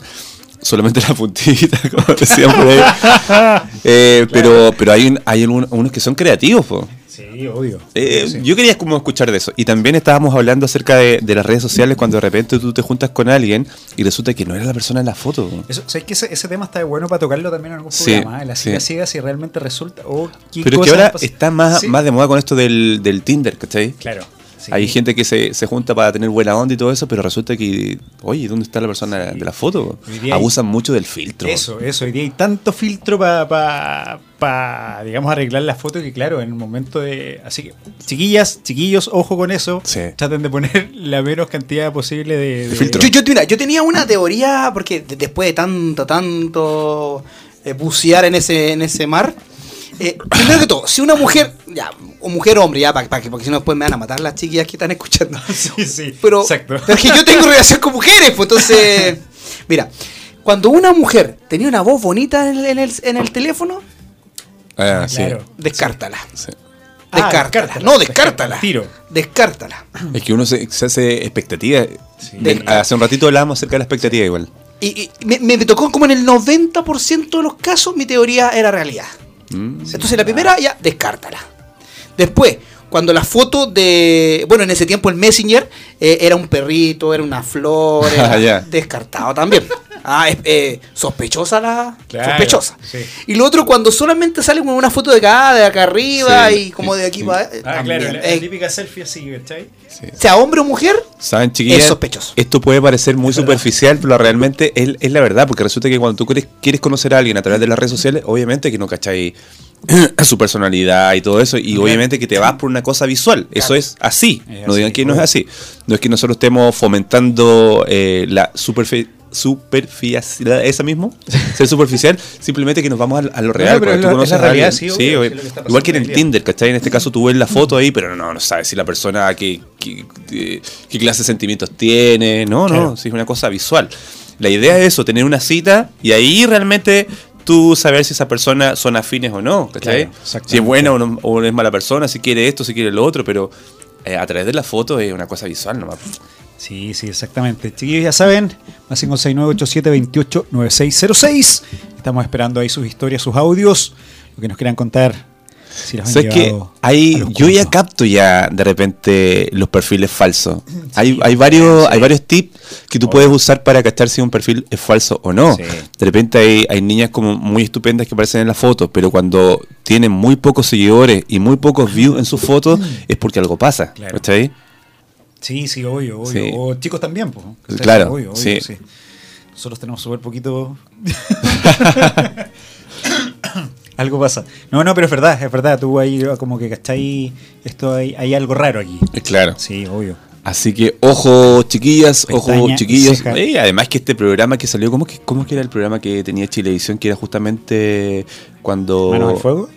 [SPEAKER 2] solamente la puntita, [laughs] como decían por ahí. Eh, pero, pero hay, un- hay algún- unos que son creativos, po.
[SPEAKER 1] Sí, obvio.
[SPEAKER 2] Eh,
[SPEAKER 1] Sí.
[SPEAKER 2] Yo quería como escuchar de eso. Y también estábamos hablando acerca de, de las redes sociales cuando de repente tú te juntas con alguien y resulta que no era la persona en la foto.
[SPEAKER 1] Eso, ¿Sabes que ese, ese tema está bueno para tocarlo también en algún
[SPEAKER 2] Sí,
[SPEAKER 1] programa? ¿eh? La cita
[SPEAKER 2] sí.
[SPEAKER 1] ciega, si realmente resulta. o qué
[SPEAKER 2] Pero es que
[SPEAKER 1] cosas
[SPEAKER 2] ahora
[SPEAKER 1] pasan.
[SPEAKER 2] está más,
[SPEAKER 1] Sí.
[SPEAKER 2] más de moda con esto del, del Tinder, ¿cachai?
[SPEAKER 1] Claro. sí.
[SPEAKER 2] Hay gente que se, se junta para tener buena onda y todo eso, pero resulta que, oye, ¿dónde está la persona de la foto?
[SPEAKER 1] Hoy día hay-
[SPEAKER 2] Abusan mucho del filtro.
[SPEAKER 1] Eso, eso. Hoy día hay tanto filtro para, pa, pa, digamos, arreglar la foto que, claro, en el momento de. Así que, chiquillas, chiquillos, ojo con eso.
[SPEAKER 2] Sí.
[SPEAKER 1] Traten de poner [laughs] la menos cantidad posible de. de-
[SPEAKER 2] filtro.
[SPEAKER 4] Yo, yo, mira, yo tenía una teoría, porque de- después de tanto, tanto eh, bucear en ese, en ese mar, eh, primero que todo, si una mujer, ya, o mujer hombre, ya, para que, porque si no después me van a matar las chiquillas que están escuchando.
[SPEAKER 1] [laughs]
[SPEAKER 4] [laughs]
[SPEAKER 1] Sí, sí.
[SPEAKER 4] Pero,
[SPEAKER 1] exacto.
[SPEAKER 4] pero es que yo tengo relación con mujeres, pues entonces, mira, cuando una mujer tenía una voz bonita en el, en el, en el teléfono,
[SPEAKER 2] Ah,
[SPEAKER 1] Claro.
[SPEAKER 4] descártala.
[SPEAKER 2] sí, sí.
[SPEAKER 1] Ah,
[SPEAKER 4] Descártala.
[SPEAKER 1] descártala.
[SPEAKER 4] No, descártala.
[SPEAKER 1] Tiro.
[SPEAKER 4] Descártala.
[SPEAKER 2] Es que uno se, se hace expectativa.
[SPEAKER 1] Sí.
[SPEAKER 2] De- hace un ratito hablábamos acerca de la expectativa igual.
[SPEAKER 4] Y, y me, me tocó como en el 90% de los casos mi teoría era realidad.
[SPEAKER 2] Mm.
[SPEAKER 4] Entonces la primera ya descártala. Después, cuando la foto de. Bueno, en ese tiempo el Messenger eh, era un perrito, era
[SPEAKER 1] [laughs]
[SPEAKER 4] una flor, era
[SPEAKER 2] Ah, ya.
[SPEAKER 4] descartado también. Ah, es- eh, sospechosa la.
[SPEAKER 1] Claro,
[SPEAKER 4] sospechosa.
[SPEAKER 1] sí.
[SPEAKER 4] Y lo otro, cuando solamente sale como una foto de acá, de acá arriba
[SPEAKER 2] Sí,
[SPEAKER 4] y como de aquí
[SPEAKER 2] sí.
[SPEAKER 4] para.
[SPEAKER 1] Ah,
[SPEAKER 4] también.
[SPEAKER 1] claro, la, la
[SPEAKER 4] Eh,
[SPEAKER 1] típica selfie así, ¿cachai?
[SPEAKER 2] Sí.
[SPEAKER 4] sea hombre o mujer,
[SPEAKER 2] ¿Saben, chiquillas?
[SPEAKER 4] Es sospechoso.
[SPEAKER 2] Esto puede parecer muy superficial, pero realmente es, es la verdad, porque resulta que cuando tú quieres, quieres conocer a alguien a través de las redes sociales, obviamente que no cacháis [clears throat] su personalidad y todo eso, y obviamente que te vas por una cosa visual. Eso es así.
[SPEAKER 1] Es
[SPEAKER 2] no
[SPEAKER 1] así,
[SPEAKER 2] digan que no es
[SPEAKER 1] obvio.
[SPEAKER 2] así. No es que nosotros estemos fomentando eh, la superfi- superficialidad,
[SPEAKER 1] [laughs]
[SPEAKER 2] esa mismo, ser superficial, simplemente que nos vamos a, a lo real.
[SPEAKER 1] pero
[SPEAKER 2] cuando
[SPEAKER 1] es
[SPEAKER 2] tú
[SPEAKER 1] la-
[SPEAKER 2] conoces
[SPEAKER 1] es la
[SPEAKER 2] a alguien.
[SPEAKER 1] realidad, sí, obvio, sí, lo
[SPEAKER 2] obvio.
[SPEAKER 1] que está pasando
[SPEAKER 2] Igual que en
[SPEAKER 1] hoy
[SPEAKER 2] el
[SPEAKER 1] día.
[SPEAKER 2] Tinder. Tinder, ¿cachai? En este caso tú ves la foto ahí, pero no, no sabes si la persona qué, qué, qué- qué clase de sentimientos tiene, no,
[SPEAKER 1] Claro.
[SPEAKER 2] no, si es una cosa visual. La idea es eso, tener una cita y ahí realmente tú saber si esa persona son afines o no, ¿cachai?
[SPEAKER 1] Claro, exactamente.
[SPEAKER 2] si es buena o, no, o es mala persona, si quiere esto, si quiere lo otro, pero eh, a través de la foto es una cosa visual nomás.
[SPEAKER 1] Sí, sí, exactamente. Chiquillos, ya saben, más 569-8728-9606. Estamos esperando ahí sus historias, sus audios, lo que nos quieran contar. Si los han
[SPEAKER 2] ¿Sabes qué?
[SPEAKER 1] llevado
[SPEAKER 2] Ahí
[SPEAKER 1] al
[SPEAKER 2] yo ya
[SPEAKER 1] oscuro.
[SPEAKER 2] cap- harto ya de repente los perfiles falsos. hay, hay varios, hay varios tips que tú puedes usar para cachar si un perfil es falso o no.
[SPEAKER 1] Sí.
[SPEAKER 2] De repente hay, hay niñas como muy estupendas que aparecen en las fotos, pero cuando tienen muy pocos seguidores y muy pocos views en sus fotos, es porque algo pasa.
[SPEAKER 1] Claro.
[SPEAKER 2] ¿cachai?
[SPEAKER 1] Sí, sí, obvio, obvio.
[SPEAKER 2] Sí.
[SPEAKER 1] O chicos también, pues. ¿cachai?
[SPEAKER 2] Claro,
[SPEAKER 1] Obvio, obvio,
[SPEAKER 2] sí.
[SPEAKER 1] Nosotros tenemos súper
[SPEAKER 2] [laughs]
[SPEAKER 1] poquito. algo pasa. No, no, pero es verdad, es verdad. Tú ahí como que cachai, esto hay, hay algo raro aquí.
[SPEAKER 2] Claro.
[SPEAKER 1] Sí, obvio.
[SPEAKER 2] Así que ojo chiquillas, ojo
[SPEAKER 1] Pestaña,
[SPEAKER 2] chiquillos.
[SPEAKER 1] ceja.
[SPEAKER 2] Eh, además que este programa que salió, ¿cómo, que, ¿cómo que era el programa que tenía Chilevisión? Que era justamente cuando...
[SPEAKER 1] ¿Manos al fuego?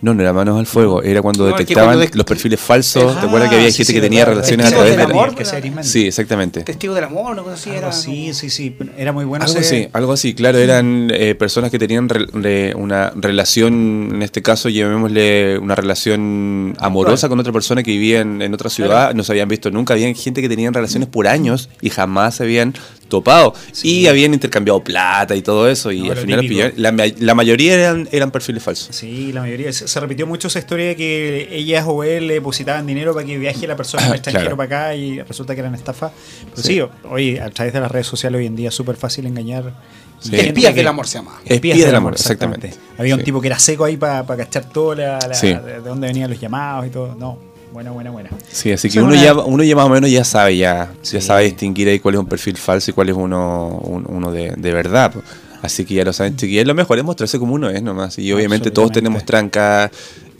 [SPEAKER 2] No, no era Manos al Fuego, era cuando
[SPEAKER 4] No, es que
[SPEAKER 2] detectaban
[SPEAKER 4] cuando de-
[SPEAKER 2] los perfiles falsos. ¿Te
[SPEAKER 1] Ah,
[SPEAKER 2] acuerdas que había
[SPEAKER 1] sí,
[SPEAKER 2] gente
[SPEAKER 1] sí,
[SPEAKER 2] que
[SPEAKER 1] verdad,
[SPEAKER 2] tenía
[SPEAKER 1] verdad.
[SPEAKER 2] relaciones a
[SPEAKER 4] Testigos
[SPEAKER 2] través
[SPEAKER 4] del
[SPEAKER 2] de...
[SPEAKER 4] amor,
[SPEAKER 1] que sea Arismendi.
[SPEAKER 2] Sí, exactamente.
[SPEAKER 4] Testigo del amor, una cosa así.
[SPEAKER 1] Algo
[SPEAKER 4] Era
[SPEAKER 1] así,
[SPEAKER 4] como-
[SPEAKER 1] sí, sí. pero Era muy bueno
[SPEAKER 2] algo
[SPEAKER 1] ese-
[SPEAKER 2] así, algo así, claro, eran eh, personas que tenían re- re- una relación, en este caso llamémosle una relación amorosa con otra persona que vivía en, en otra ciudad, no se habían visto nunca, habían gente que tenían relaciones
[SPEAKER 4] Mm.
[SPEAKER 2] por años y jamás se habían topado y habían intercambiado plata y todo eso y
[SPEAKER 1] No,
[SPEAKER 2] al
[SPEAKER 1] lo
[SPEAKER 2] final
[SPEAKER 1] típico.
[SPEAKER 2] pillaron- la, ma- la mayoría eran, eran perfiles falsos.
[SPEAKER 1] Sí, la mayoría. Se, se repitió mucho esa historia de que ellas o él le depositaban dinero para que viaje la persona
[SPEAKER 2] [coughs]
[SPEAKER 1] al extranjero
[SPEAKER 2] Claro.
[SPEAKER 1] para acá y resulta que eran estafas. Pero
[SPEAKER 2] Sí.
[SPEAKER 1] sí, o- oye, a través de las redes sociales hoy en día es súper fácil engañar.
[SPEAKER 2] Sí.
[SPEAKER 1] Gente
[SPEAKER 4] Espías
[SPEAKER 1] que-
[SPEAKER 4] del amor se llama.
[SPEAKER 2] Espías del amor, exactamente.
[SPEAKER 1] Había
[SPEAKER 2] Sí.
[SPEAKER 1] un tipo que era seco ahí para cachar todo la, la-
[SPEAKER 2] Sí.
[SPEAKER 1] de, de dónde venían los llamados y todo. No, buena, buena, buena.
[SPEAKER 2] Sí, así
[SPEAKER 1] Esa
[SPEAKER 2] que
[SPEAKER 1] es
[SPEAKER 2] uno
[SPEAKER 1] una-
[SPEAKER 2] ya, uno ya más o menos ya sabe ya,
[SPEAKER 1] Sí.
[SPEAKER 2] ya sabe distinguir ahí cuál es un perfil falso y cuál es uno, un- uno de, de verdad. po. Así que ya lo saben, chiquillos. Lo mejor es mostrarse como uno es nomás. Y obviamente todos
[SPEAKER 1] Absolutamente.
[SPEAKER 2] tenemos trancas,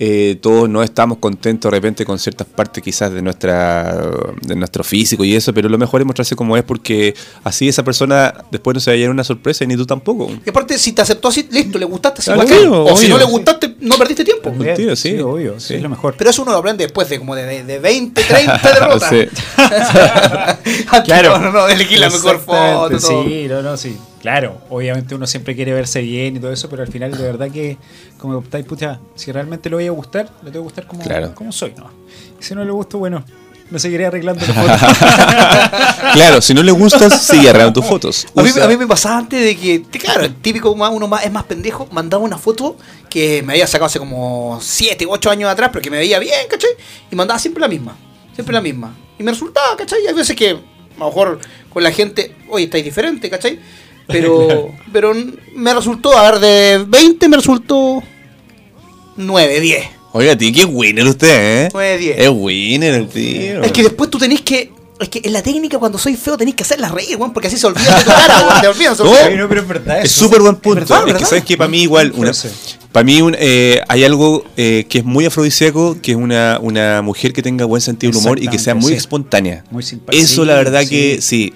[SPEAKER 2] eh, todos no estamos contentos de repente con ciertas partes quizás de nuestra de nuestro físico y eso, pero lo mejor es mostrarse como es porque así esa persona después no se va a llevar una sorpresa y ni tú tampoco.
[SPEAKER 4] Y aparte, si te aceptó así, listo, le gustaste, así,
[SPEAKER 2] Claro,
[SPEAKER 4] bacán.
[SPEAKER 2] obvio,
[SPEAKER 4] O si no
[SPEAKER 2] obvio.
[SPEAKER 4] le gustaste, no perdiste tiempo.
[SPEAKER 2] También, tiro, sí,
[SPEAKER 1] obvio,
[SPEAKER 2] sí.
[SPEAKER 1] sí, es lo mejor.
[SPEAKER 4] Pero eso uno lo aprende después de como de- de, de 20,
[SPEAKER 2] [laughs]
[SPEAKER 4] 30 derrotas. [laughs]
[SPEAKER 2] Sí.
[SPEAKER 4] Antes No, no, no, elegí la mejor foto.
[SPEAKER 1] Exactamente,
[SPEAKER 4] todo.
[SPEAKER 1] Sí, no, no, sí. Claro, obviamente uno siempre quiere verse bien y todo eso, pero al final de verdad que, como que estáis, pucha, si realmente le voy a gustar, le tengo que gustar como,
[SPEAKER 2] Claro.
[SPEAKER 1] como soy, ¿no? Y si no le gusto, bueno, me seguiré arreglando las
[SPEAKER 4] [laughs]
[SPEAKER 1] fotos.
[SPEAKER 2] claro, si no le gustas, sigue arreglando tus fotos.
[SPEAKER 4] A mí,
[SPEAKER 2] Usa-
[SPEAKER 4] a mí me pasaba antes de que, te- claro, el típico más, uno más, es más pendejo, mandaba una foto que me había sacado hace como 7, 8 años atrás, pero que me veía bien, ¿cachai? Y mandaba siempre la misma, siempre la misma. Y me resultaba, ¿cachai? Hay veces que, a lo mejor, con la gente, oye, estáis diferente, ¿cachai?
[SPEAKER 2] [laughs]
[SPEAKER 4] Pero, pero n- me resultó, a ver, de 20 me resultó 9, 10.
[SPEAKER 2] Oiga, tío, qué winner usted, ¿eh?
[SPEAKER 4] Fue 10.
[SPEAKER 2] Es winner el tío.
[SPEAKER 4] Es que después tú tenés que... Es que en la técnica cuando soy feo tenés que hacerlas reír, weón, porque así se olvidan de tu cara, weón, te olvidan, se
[SPEAKER 2] No,
[SPEAKER 4] olvidan.
[SPEAKER 1] Oye, no, pero es verdad.
[SPEAKER 2] Es
[SPEAKER 1] eso.
[SPEAKER 2] súper buen punto.
[SPEAKER 4] verdad,
[SPEAKER 2] es que
[SPEAKER 4] ¿verdad?
[SPEAKER 2] sabes que para mí igual, una,
[SPEAKER 1] Frase.
[SPEAKER 2] para mí un, eh, hay algo eh, que es muy afrodisíaco, que es una, una mujer que tenga buen sentido del humor y que sea
[SPEAKER 1] Exactamente,
[SPEAKER 2] muy
[SPEAKER 1] sí.
[SPEAKER 2] espontánea.
[SPEAKER 1] Muy simpa-
[SPEAKER 2] Eso
[SPEAKER 1] sí,
[SPEAKER 2] la verdad
[SPEAKER 1] sí.
[SPEAKER 2] que sí.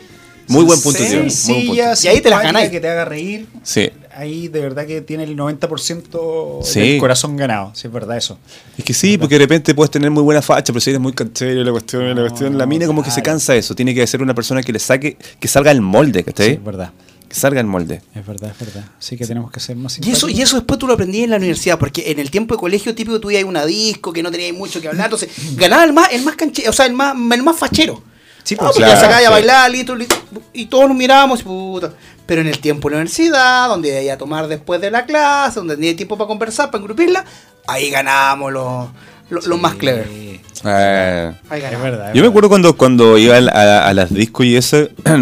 [SPEAKER 2] Muy buen punto, tío. Muy buen punto.
[SPEAKER 1] Sencilla,
[SPEAKER 4] Y ahí te las
[SPEAKER 1] simpática,
[SPEAKER 4] ganáis.
[SPEAKER 1] Que te haga reír.
[SPEAKER 2] Sí.
[SPEAKER 1] Ahí de verdad que tiene el 90%
[SPEAKER 2] Sí.
[SPEAKER 1] del corazón ganado. Sí, es verdad eso.
[SPEAKER 2] Es que sí, porque de repente puedes tener muy buena facha, pero si eres muy canchero, la cuestión, la cuestión, la mina como que se
[SPEAKER 1] claro.
[SPEAKER 2] cansa de eso. Tiene que ser una persona que le saque, que salga el molde,
[SPEAKER 1] Sí,
[SPEAKER 2] ¿cachai?
[SPEAKER 1] es verdad.
[SPEAKER 2] que salga el molde.
[SPEAKER 1] Es verdad, es verdad. Sí que tenemos que ser más
[SPEAKER 4] Y eso, y
[SPEAKER 1] simpáticos.
[SPEAKER 4] eso después tú lo aprendí en la universidad, porque en el tiempo de colegio típico tú ibas a una disco, que no tenías mucho que hablar, entonces ganaba el más, el más canche, o sea, el más, el más fachero.
[SPEAKER 1] Sí,
[SPEAKER 4] Sí,
[SPEAKER 1] pues,
[SPEAKER 4] porque
[SPEAKER 2] claro,
[SPEAKER 4] la sacaba
[SPEAKER 2] sí.
[SPEAKER 4] a bailar, listo, listo, y todos nos mirábamos, y puta. Pero en el tiempo de la universidad, donde iba a tomar después de la clase, donde tenía tiempo para conversar, para engrupirla, ahí ganábamos los, los, los más clever.
[SPEAKER 1] Sí.
[SPEAKER 2] Ah.
[SPEAKER 4] Ahí
[SPEAKER 1] Es
[SPEAKER 4] ganábamos.
[SPEAKER 1] verdad. es
[SPEAKER 2] Yo me
[SPEAKER 1] verdad.
[SPEAKER 2] acuerdo cuando, cuando iba al- a, a las discos y eso, [clears throat]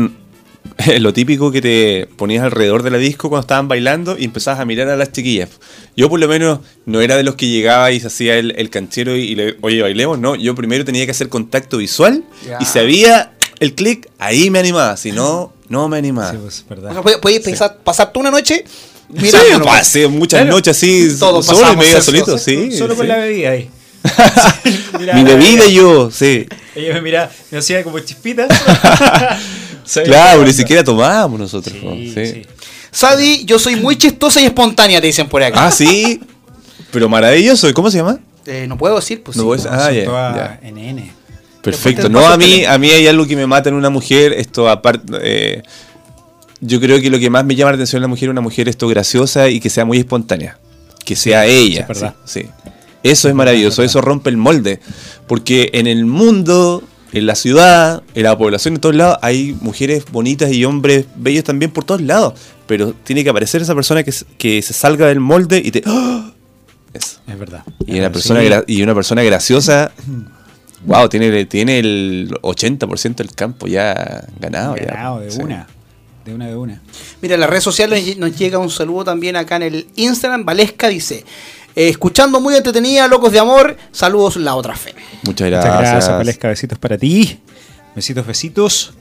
[SPEAKER 2] lo típico que te ponías alrededor de la disco cuando estaban bailando y empezabas a mirar a las chiquillas. Yo por lo menos no era de los que llegaba y se hacía el, el canchero y, y le, oye, bailemos, no, yo primero tenía que hacer contacto visual
[SPEAKER 4] Ya.
[SPEAKER 2] y si había el clic, ahí me animaba, si no, no me animaba.
[SPEAKER 1] Sí, pues, es verdad.
[SPEAKER 4] O sea, podías- podías pensar- pasar toda una noche
[SPEAKER 2] Sí, pues.
[SPEAKER 4] mirándonos.
[SPEAKER 2] pasé muchas
[SPEAKER 1] Claro.
[SPEAKER 2] noches así,
[SPEAKER 4] Todos
[SPEAKER 2] solo y
[SPEAKER 4] pasamos
[SPEAKER 2] me iba
[SPEAKER 4] eso,
[SPEAKER 2] solito,
[SPEAKER 4] o
[SPEAKER 2] sí.
[SPEAKER 1] Solo con
[SPEAKER 2] sí. [laughs]
[SPEAKER 1] la bebida ahí. Miraba
[SPEAKER 2] Mi
[SPEAKER 1] la
[SPEAKER 2] bebida y yo, sí.
[SPEAKER 1] Ella me miraba, me hacía como chispita. Sabía
[SPEAKER 2] Claro,
[SPEAKER 1] que
[SPEAKER 2] ni
[SPEAKER 1] era
[SPEAKER 2] siquiera tomábamos nosotros. po,
[SPEAKER 1] [laughs] Sí,
[SPEAKER 2] sí.
[SPEAKER 1] sí.
[SPEAKER 4] Sadi, yo soy muy chistosa y espontánea, te dicen por acá.
[SPEAKER 2] Ah, sí. Pero maravilloso. ¿Cómo se llama?
[SPEAKER 4] Eh, no puedo decir, pues
[SPEAKER 2] No
[SPEAKER 4] sí.
[SPEAKER 2] puedo decir. Ah,
[SPEAKER 1] Son
[SPEAKER 2] ya,
[SPEAKER 1] todas
[SPEAKER 2] ya.
[SPEAKER 1] NN.
[SPEAKER 2] Perfecto.
[SPEAKER 4] Después te
[SPEAKER 2] No,
[SPEAKER 4] paso
[SPEAKER 2] a
[SPEAKER 4] el
[SPEAKER 2] mí,
[SPEAKER 4] teléfono.
[SPEAKER 2] a mí hay algo que me mata en una mujer. Esto aparte... eh, yo creo que lo que más me llama la atención en la mujer es una mujer esto graciosa y que sea muy espontánea. Que sea ella.
[SPEAKER 1] es verdad.
[SPEAKER 2] Sí, sí. Eso es maravilloso, eso rompe el molde. Porque en el mundo, en la ciudad, en la población, en todos lados, hay mujeres bonitas y hombres bellos también por todos lados. Pero tiene que aparecer esa persona que, s- que se salga del molde y te... ¡Ah! Eso.
[SPEAKER 1] Es verdad.
[SPEAKER 2] Y una
[SPEAKER 1] Sí.
[SPEAKER 2] persona, gra- y una persona graciosa, wow, tiene, tiene el 80% del campo ya ganado. ya.
[SPEAKER 1] Ganado, de
[SPEAKER 2] Sí.
[SPEAKER 1] una. De una, de una.
[SPEAKER 4] Mira, en las redes sociales nos lle- nos llega un saludo también acá en el Instagram. Valesca dice: "Eh, Escuchando muy entretenida, locos de amor, saludos la otra fe.
[SPEAKER 2] Muchas gracias.
[SPEAKER 1] Muchas gracias, Valesca. Besitos para ti. Besitos, besitos.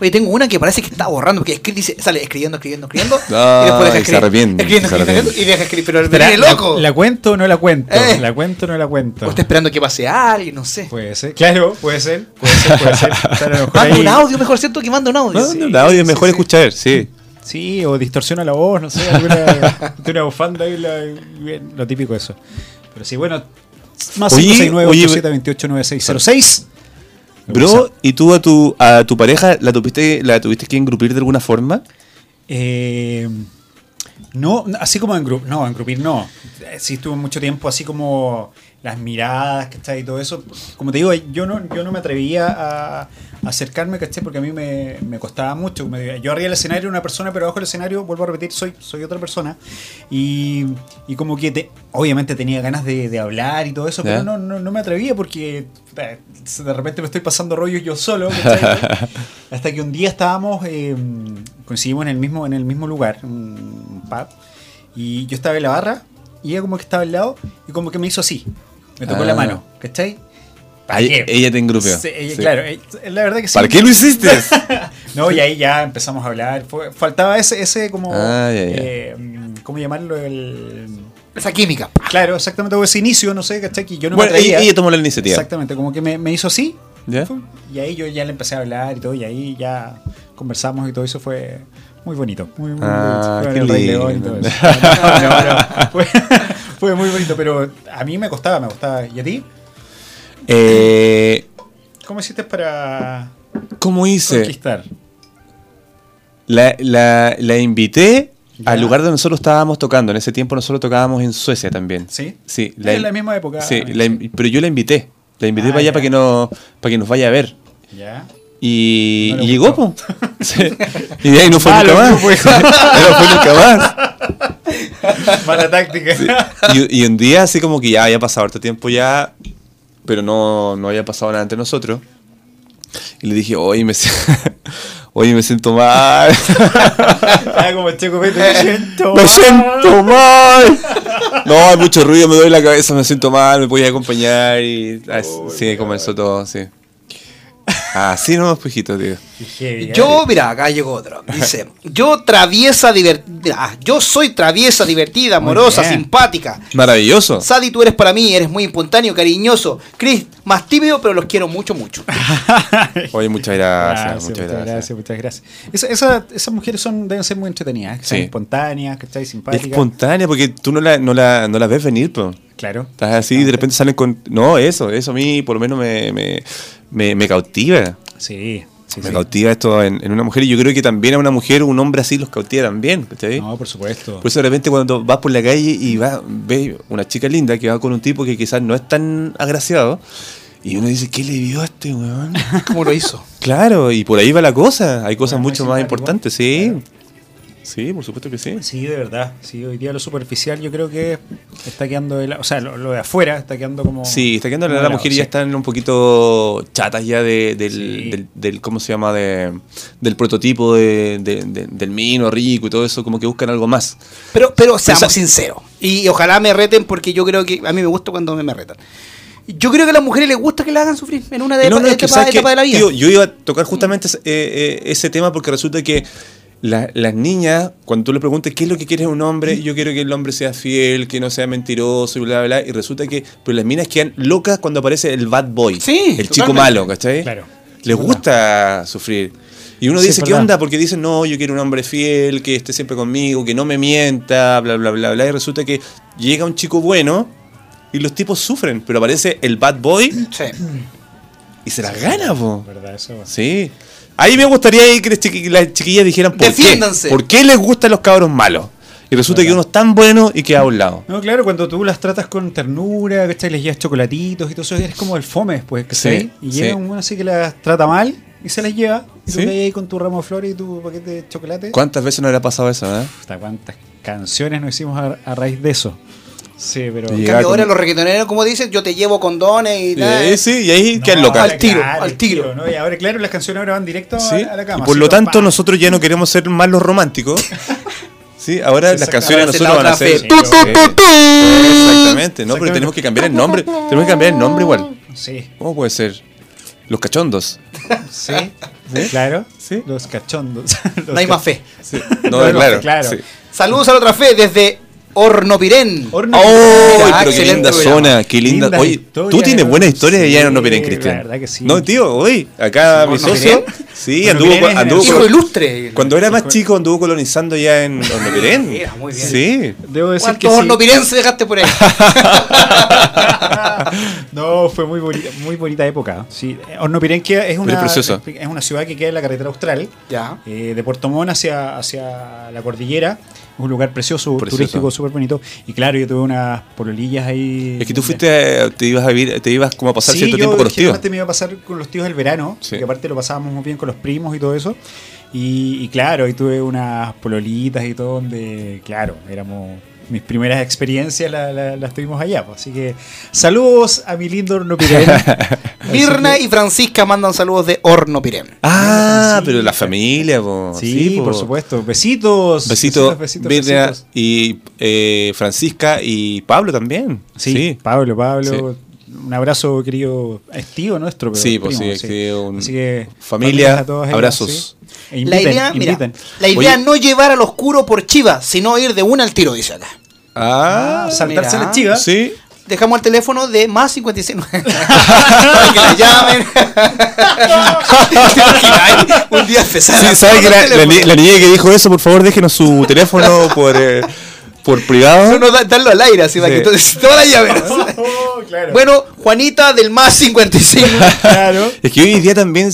[SPEAKER 4] Oye, tengo una que parece que está borrando, porque escri- dice, sale escribiendo, escribiendo, escribiendo.
[SPEAKER 2] Ah,
[SPEAKER 4] y después deja
[SPEAKER 2] y se
[SPEAKER 4] escribir.
[SPEAKER 2] arrepiente,
[SPEAKER 4] escribiendo,
[SPEAKER 2] se
[SPEAKER 4] escribiendo,
[SPEAKER 2] arrepiente.
[SPEAKER 4] y deja escribir. Pero el
[SPEAKER 1] Espera,
[SPEAKER 4] Mire, loco.
[SPEAKER 1] La, la cuento o no la cuento?
[SPEAKER 4] Eh.
[SPEAKER 1] ¿La cuento o no la cuento?
[SPEAKER 4] O está esperando que pase alguien, no sé.
[SPEAKER 1] Puede ser. Claro, puede ser. Puede ser, puede ser. Está a lo mejor
[SPEAKER 4] Manda
[SPEAKER 1] ahí-
[SPEAKER 4] un audio, mejor cierto que manda un audio.
[SPEAKER 2] No,
[SPEAKER 4] Sí.
[SPEAKER 2] no, la audio es mejor
[SPEAKER 1] sí.
[SPEAKER 2] escuchar, sí.
[SPEAKER 1] Sí, o distorsiona la voz, no sé, alguna, de una bufanda y la- bien, lo típico de eso. Pero sí, bueno, más
[SPEAKER 2] Oye,
[SPEAKER 1] 569
[SPEAKER 2] oye,
[SPEAKER 1] 8728 9606
[SPEAKER 2] Bro, ¿y tú a tu, a tu pareja la tuviste, la tuviste que engrupir de alguna forma?
[SPEAKER 1] Eh, no, no, así como en grupo, no, en grupir no. Eh, Sí estuve mucho tiempo así como las miradas, ¿cachai? Y todo eso. Como te digo, yo no, yo no me atrevía a acercarme, ¿cachai? Porque a mí me, me costaba mucho. Me- yo arriba del escenario era una persona, pero abajo del escenario, vuelvo a repetir, soy, soy otra persona. Y, y como que te- obviamente tenía ganas de, de hablar y todo eso,
[SPEAKER 2] Ya.
[SPEAKER 1] pero no, no, no me atrevía porque eh, de repente me estoy pasando rollos yo solo, ¿cachai? Hasta que un día estábamos, eh, coincidimos en el mismo, en el mismo lugar, un pub, y yo estaba en la barra, y ella como que estaba al lado, y como que me hizo así, me tocó
[SPEAKER 2] Ah.
[SPEAKER 1] la mano, ¿cachai? ¿Para
[SPEAKER 2] Ay-
[SPEAKER 1] qué?
[SPEAKER 2] Ella te engrupió.
[SPEAKER 1] Sí, ella-
[SPEAKER 2] Sí.
[SPEAKER 1] Claro, eh, la verdad que sí.
[SPEAKER 2] ¿Para qué lo hiciste?
[SPEAKER 1] [laughs] No, y ahí ya empezamos a hablar, fue- faltaba ese, ese como,
[SPEAKER 2] Ah, ya, ya.
[SPEAKER 1] eh, ¿cómo llamarlo? El...
[SPEAKER 4] Esa química.
[SPEAKER 1] Claro, exactamente, o ese inicio, no sé, ¿cachai? Que yo no
[SPEAKER 2] bueno,
[SPEAKER 1] me atrevía.
[SPEAKER 2] ella, ella tomó la iniciativa.
[SPEAKER 1] Exactamente, como que me, me hizo así.
[SPEAKER 2] ¿Ya?
[SPEAKER 1] fue, Y ahí yo ya le empecé a hablar y todo, y ahí ya conversamos y todo eso fue muy bonito. Muy, muy
[SPEAKER 2] Ah,
[SPEAKER 1] bonito. Fue
[SPEAKER 2] qué
[SPEAKER 1] en el Rey León y
[SPEAKER 2] lindo. [laughs]
[SPEAKER 1] todo eso. No, no, no, Fue, [laughs] fue muy bonito, pero a mí me costaba, me costaba. ¿Y a ti?
[SPEAKER 2] Eh,
[SPEAKER 1] ¿Cómo hiciste para
[SPEAKER 2] ¿Cómo hice?
[SPEAKER 1] conquistar?
[SPEAKER 2] La, la- la invité
[SPEAKER 1] Ya.
[SPEAKER 2] al lugar donde nosotros estábamos tocando. En ese tiempo nosotros tocábamos en Suecia también.
[SPEAKER 1] ¿Sí?
[SPEAKER 2] Sí,
[SPEAKER 1] Es la misma época.
[SPEAKER 2] Sí, la in- pero yo la invité. La invité
[SPEAKER 1] Ah,
[SPEAKER 2] para allá
[SPEAKER 1] ya.
[SPEAKER 2] para que, no, para que nos vaya a ver.
[SPEAKER 1] ¿Ya?
[SPEAKER 2] Y,
[SPEAKER 1] No le
[SPEAKER 2] y llegó, po. [laughs]
[SPEAKER 1] gustó. Ah,
[SPEAKER 2] Sí. Y de ahí no fue
[SPEAKER 1] Malo,
[SPEAKER 2] nunca más.
[SPEAKER 1] no
[SPEAKER 2] [laughs]
[SPEAKER 1] fue.
[SPEAKER 2] No fue nunca más.
[SPEAKER 1] Mala táctica. [laughs]
[SPEAKER 2] Y, y un día, así como que ya había pasado harto tiempo ya, pero no, no había pasado nada entre nosotros. Y le dije, oye, me, si- [laughs] oye, me siento mal. [laughs]
[SPEAKER 1] Estaba Ah, como checo, vete, me siento.
[SPEAKER 2] ¡Me
[SPEAKER 1] mal.
[SPEAKER 2] siento mal!
[SPEAKER 1] [laughs]
[SPEAKER 2] No, hay mucho ruido, me doy la cabeza, me siento mal, me podía acompañar y. ah, sí, comenzó todo, sí. Así no, espejitos, tío.
[SPEAKER 1] Qué heavy, ¿eh?
[SPEAKER 4] Yo, mira, acá
[SPEAKER 1] [laughs]
[SPEAKER 4] llegó otro. Dice, yo traviesa, divertida. ah, Yo soy traviesa, divertida,
[SPEAKER 1] Muy
[SPEAKER 4] amorosa,
[SPEAKER 1] bien.
[SPEAKER 4] simpática.
[SPEAKER 2] Maravilloso.
[SPEAKER 4] Sadi, tú eres para mí, eres muy espontáneo, cariñoso. Chris, más tímido, pero los quiero mucho, mucho.
[SPEAKER 2] [laughs] Oye, muchas gracias, muchas gracias.
[SPEAKER 1] muchas gracias. Esa- esa- esas mujeres son, deben ser muy entretenidas, que son
[SPEAKER 2] Sí.
[SPEAKER 1] espontáneas, que estáis
[SPEAKER 2] Es
[SPEAKER 1] simpáticas.
[SPEAKER 2] espontánea porque tú no la, no la, no la ves venir, po.
[SPEAKER 1] claro.
[SPEAKER 2] Estás así y de repente salen con. No, eso, eso a mí por lo menos me, me, me, me cautiva.
[SPEAKER 1] Sí, sí,
[SPEAKER 2] me
[SPEAKER 1] sí.
[SPEAKER 2] cautiva esto en, en una mujer y yo creo que también a una mujer, un hombre así los cautiva también, ¿cachai?
[SPEAKER 1] No, por supuesto.
[SPEAKER 2] Por eso de repente Pues cuando vas por la calle y vas, ves una chica linda que va con un tipo que quizás no es tan agraciado y uno dice, ¿qué le vio a este weón?
[SPEAKER 4] ¿Cómo lo hizo?
[SPEAKER 2] claro, y por ahí va la cosa. Hay cosas
[SPEAKER 1] Bueno,
[SPEAKER 2] mucho
[SPEAKER 1] muy
[SPEAKER 2] más
[SPEAKER 1] simpático.
[SPEAKER 2] importantes, sí. Sí, por supuesto que sí.
[SPEAKER 1] Sí, de verdad. Sí, hoy día lo superficial yo creo que está quedando, de la- o sea, lo, lo de afuera está quedando como...
[SPEAKER 2] Sí, está quedando
[SPEAKER 1] como
[SPEAKER 2] la,
[SPEAKER 1] de
[SPEAKER 2] la
[SPEAKER 1] lado,
[SPEAKER 2] mujer
[SPEAKER 1] sí.
[SPEAKER 2] ya están un poquito chatas ya de- del,
[SPEAKER 1] Sí.
[SPEAKER 2] del, del- ¿cómo se llama? De, del prototipo de- de- de- del mino rico y todo eso, como que buscan algo más.
[SPEAKER 4] Pero, pero seamos
[SPEAKER 2] Esa-
[SPEAKER 4] sinceros. Y ojalá me reten porque yo creo que a mí me gusta cuando me, me retan. Yo creo que a las mujeres les gusta que la hagan sufrir en una de este
[SPEAKER 2] No, no, es que,
[SPEAKER 4] etapa,
[SPEAKER 2] ¿sabes qué?
[SPEAKER 4] etapa de la vida.
[SPEAKER 2] Tío, yo iba a tocar justamente ese, eh, eh, ese tema porque resulta que la- las niñas, cuando tú le preguntas qué es lo que quieres de un hombre, yo quiero que el hombre sea fiel, que no sea mentiroso y bla, bla, bla. Y resulta que pues, las minas quedan locas cuando aparece el bad boy,
[SPEAKER 4] Sí,
[SPEAKER 2] el
[SPEAKER 4] totalmente.
[SPEAKER 2] chico malo, ¿cachai?
[SPEAKER 1] Claro.
[SPEAKER 2] Les gusta sufrir. Y uno
[SPEAKER 1] Sí,
[SPEAKER 2] dice,
[SPEAKER 1] es
[SPEAKER 2] ¿qué
[SPEAKER 1] verdad.
[SPEAKER 2] onda? Porque dicen, no, yo quiero un hombre fiel, que esté siempre conmigo, que no me mienta, bla, bla, bla, bla. Y resulta que llega un chico bueno y los tipos sufren, pero aparece el bad boy
[SPEAKER 4] Sí.
[SPEAKER 2] y se las gana, po.
[SPEAKER 1] ¿Verdad? Eso va.
[SPEAKER 2] Sí. Ahí me gustaría ahí que las, chiqui- las chiquillas dijeran por
[SPEAKER 4] Defiéndanse.
[SPEAKER 2] qué. ¿Por qué les gustan los cabros malos? Y resulta que uno es tan bueno y queda a un lado.
[SPEAKER 1] No, claro, cuando tú las tratas con ternura, ¿cachai? Les llevas chocolatitos y todo eso, eres como el fome después, ¿cachai?
[SPEAKER 2] Sí,
[SPEAKER 1] y llega
[SPEAKER 2] sí.
[SPEAKER 1] un uno así que las trata mal y se las lleva. Y tú
[SPEAKER 2] Sí.
[SPEAKER 1] te vas ahí con tu ramo de flores y tu paquete de chocolate.
[SPEAKER 2] ¿Cuántas veces no le ha pasado eso, eh?
[SPEAKER 1] Puta, cuántas canciones no hicimos a, a raíz de eso. Sí, pero.
[SPEAKER 2] Sí.
[SPEAKER 4] En
[SPEAKER 2] Llegaba
[SPEAKER 4] cambio, ahora
[SPEAKER 2] con-
[SPEAKER 4] los reggaetoneros, como dicen, yo te llevo condones y tal.
[SPEAKER 2] Eh, sí, y ahí
[SPEAKER 1] No,
[SPEAKER 2] quedan locas.
[SPEAKER 4] al tiro,
[SPEAKER 1] claro,
[SPEAKER 4] al tiro.
[SPEAKER 1] ¿no? Y ahora, claro, las canciones ahora van directo a-
[SPEAKER 2] Sí,
[SPEAKER 1] a la
[SPEAKER 2] y
[SPEAKER 1] cama.
[SPEAKER 2] por
[SPEAKER 1] así,
[SPEAKER 2] lo
[SPEAKER 1] pa,
[SPEAKER 2] tanto,
[SPEAKER 1] pa.
[SPEAKER 2] nosotros ya no queremos ser más los románticos.
[SPEAKER 1] [laughs]
[SPEAKER 2] Sí, ahora las
[SPEAKER 1] Exacto,
[SPEAKER 2] canciones
[SPEAKER 4] ahora
[SPEAKER 2] de
[SPEAKER 4] se la
[SPEAKER 2] nosotros van a
[SPEAKER 4] otra
[SPEAKER 2] ser.
[SPEAKER 4] fe.
[SPEAKER 1] Tu, tu,
[SPEAKER 2] Sí, Exactamente, no, pero
[SPEAKER 1] Exactamente.
[SPEAKER 2] tenemos que cambiar el nombre. Tenemos que cambiar el nombre igual. [laughs]
[SPEAKER 1] Sí,
[SPEAKER 2] ¿Cómo puede ser? Los cachondos.
[SPEAKER 1] sí.
[SPEAKER 2] ¿Sí?
[SPEAKER 1] Claro.
[SPEAKER 2] Sí.
[SPEAKER 1] Los cachondos. [laughs] Los
[SPEAKER 4] No hay más fe.
[SPEAKER 2] Sí.
[SPEAKER 1] No, [laughs]
[SPEAKER 2] No,
[SPEAKER 1] no,
[SPEAKER 2] claro.
[SPEAKER 1] claro.
[SPEAKER 2] sí.
[SPEAKER 4] Saludos a la otra fe desde Hornopirén.
[SPEAKER 1] Horno-
[SPEAKER 2] ¡Ay,
[SPEAKER 4] Ah,
[SPEAKER 2] pero qué
[SPEAKER 4] excelente
[SPEAKER 2] linda
[SPEAKER 4] programa.
[SPEAKER 2] zona! ¡Qué linda!
[SPEAKER 1] Lindas
[SPEAKER 2] Oye, tú
[SPEAKER 1] historias,
[SPEAKER 2] tienes buenas historias
[SPEAKER 1] sí,
[SPEAKER 2] de allá en Hornopirén,
[SPEAKER 1] la
[SPEAKER 2] Cristian.
[SPEAKER 1] verdad que sí.
[SPEAKER 2] No, tío, hoy, acá mi socio.
[SPEAKER 4] Hornopirén.
[SPEAKER 2] Sí, anduvo,
[SPEAKER 1] Hornopirén
[SPEAKER 2] con-
[SPEAKER 1] es
[SPEAKER 2] anduvo
[SPEAKER 1] en
[SPEAKER 4] Hijo
[SPEAKER 2] con-
[SPEAKER 4] ilustre.
[SPEAKER 2] Cuando era más chico anduvo colonizando ya en
[SPEAKER 1] [laughs]
[SPEAKER 2] Hornopirén.
[SPEAKER 4] Mira, muy bien.
[SPEAKER 2] Sí.
[SPEAKER 1] Debo decir que
[SPEAKER 4] ¿Cuántos
[SPEAKER 1] sí.
[SPEAKER 4] hornopirenses dejaste
[SPEAKER 2] [laughs]
[SPEAKER 4] por ahí?
[SPEAKER 1] [laughs] no, fue muy bonita, muy bonita época. Sí, Hornopirén queda- es
[SPEAKER 2] Pero
[SPEAKER 1] una,
[SPEAKER 2] es preciosa.
[SPEAKER 1] es una ciudad que queda en la carretera austral,
[SPEAKER 4] ya.
[SPEAKER 1] eh, de Puerto Montt hacia, hacia la cordillera. Es un lugar precioso,
[SPEAKER 2] Precioso.
[SPEAKER 1] turístico, súper bonito. Y claro, yo tuve unas pololillas ahí.
[SPEAKER 2] Es que tú fuiste, a- te ibas a vivir, te ibas como a pasar
[SPEAKER 1] sí, yo
[SPEAKER 2] cierto tiempo con los tíos.
[SPEAKER 1] generalmente me iba a pasar con los tíos el verano,
[SPEAKER 2] Sí.
[SPEAKER 1] que aparte lo pasábamos muy bien con los primos y todo eso. Y, y claro, y tuve unas pololitas y todo donde, claro, éramos mis primeras experiencias la- la- las tuvimos allá. pues. Así que saludos a mi lindo
[SPEAKER 2] [laughs]
[SPEAKER 1] Hornopirén. Así
[SPEAKER 4] Mirna
[SPEAKER 1] que-
[SPEAKER 4] y Francisca mandan saludos de Hornopirén.
[SPEAKER 2] Ah,
[SPEAKER 1] Sí,
[SPEAKER 2] pero la
[SPEAKER 1] sí.
[SPEAKER 2] familia, po.
[SPEAKER 1] Sí,
[SPEAKER 2] po.
[SPEAKER 1] por supuesto. Besitos.
[SPEAKER 2] Besito,
[SPEAKER 1] besitos,
[SPEAKER 2] pues. Mirna
[SPEAKER 1] besitos.
[SPEAKER 2] y eh, Francisca y Pablo también.
[SPEAKER 1] Sí,
[SPEAKER 2] Sí,
[SPEAKER 1] Pablo, Pablo. Un abrazo, querido. Es tío nuestro, pero
[SPEAKER 2] Sí,
[SPEAKER 1] primo,
[SPEAKER 2] pues sí, es que un-
[SPEAKER 1] Así que.
[SPEAKER 2] familia,
[SPEAKER 1] familias a todos ellos,
[SPEAKER 2] abrazos.
[SPEAKER 1] sí. E inviten,
[SPEAKER 4] la idea,
[SPEAKER 1] inviten.
[SPEAKER 4] mira, la idea
[SPEAKER 2] Oye.
[SPEAKER 4] no llevar al oscuro por Chivas, sino ir de una al tiro, dice acá.
[SPEAKER 2] Ah,
[SPEAKER 1] saltarse
[SPEAKER 4] mira.
[SPEAKER 1] la chiva.
[SPEAKER 2] [laughs] sí.
[SPEAKER 4] Dejamos el teléfono de más 56. [laughs] Para que la
[SPEAKER 2] [laughs]
[SPEAKER 4] llamen. ¿Te imaginas? Un día empezar
[SPEAKER 2] Sí,
[SPEAKER 4] a-
[SPEAKER 2] ¿sabe que la,
[SPEAKER 4] el
[SPEAKER 2] la,
[SPEAKER 4] teléfono.
[SPEAKER 2] ni- la niña que dijo eso, por favor, déjenos su teléfono por, eh, por privado.
[SPEAKER 4] No, no, da- darlo al aire, así para
[SPEAKER 2] Sí.
[SPEAKER 4] que todo- [laughs] toda la llave.
[SPEAKER 1] [laughs] Oh, claro.
[SPEAKER 4] Bueno, Juanita del
[SPEAKER 2] [laughs]
[SPEAKER 4] más 55.
[SPEAKER 1] claro.
[SPEAKER 2] Es que hoy en día también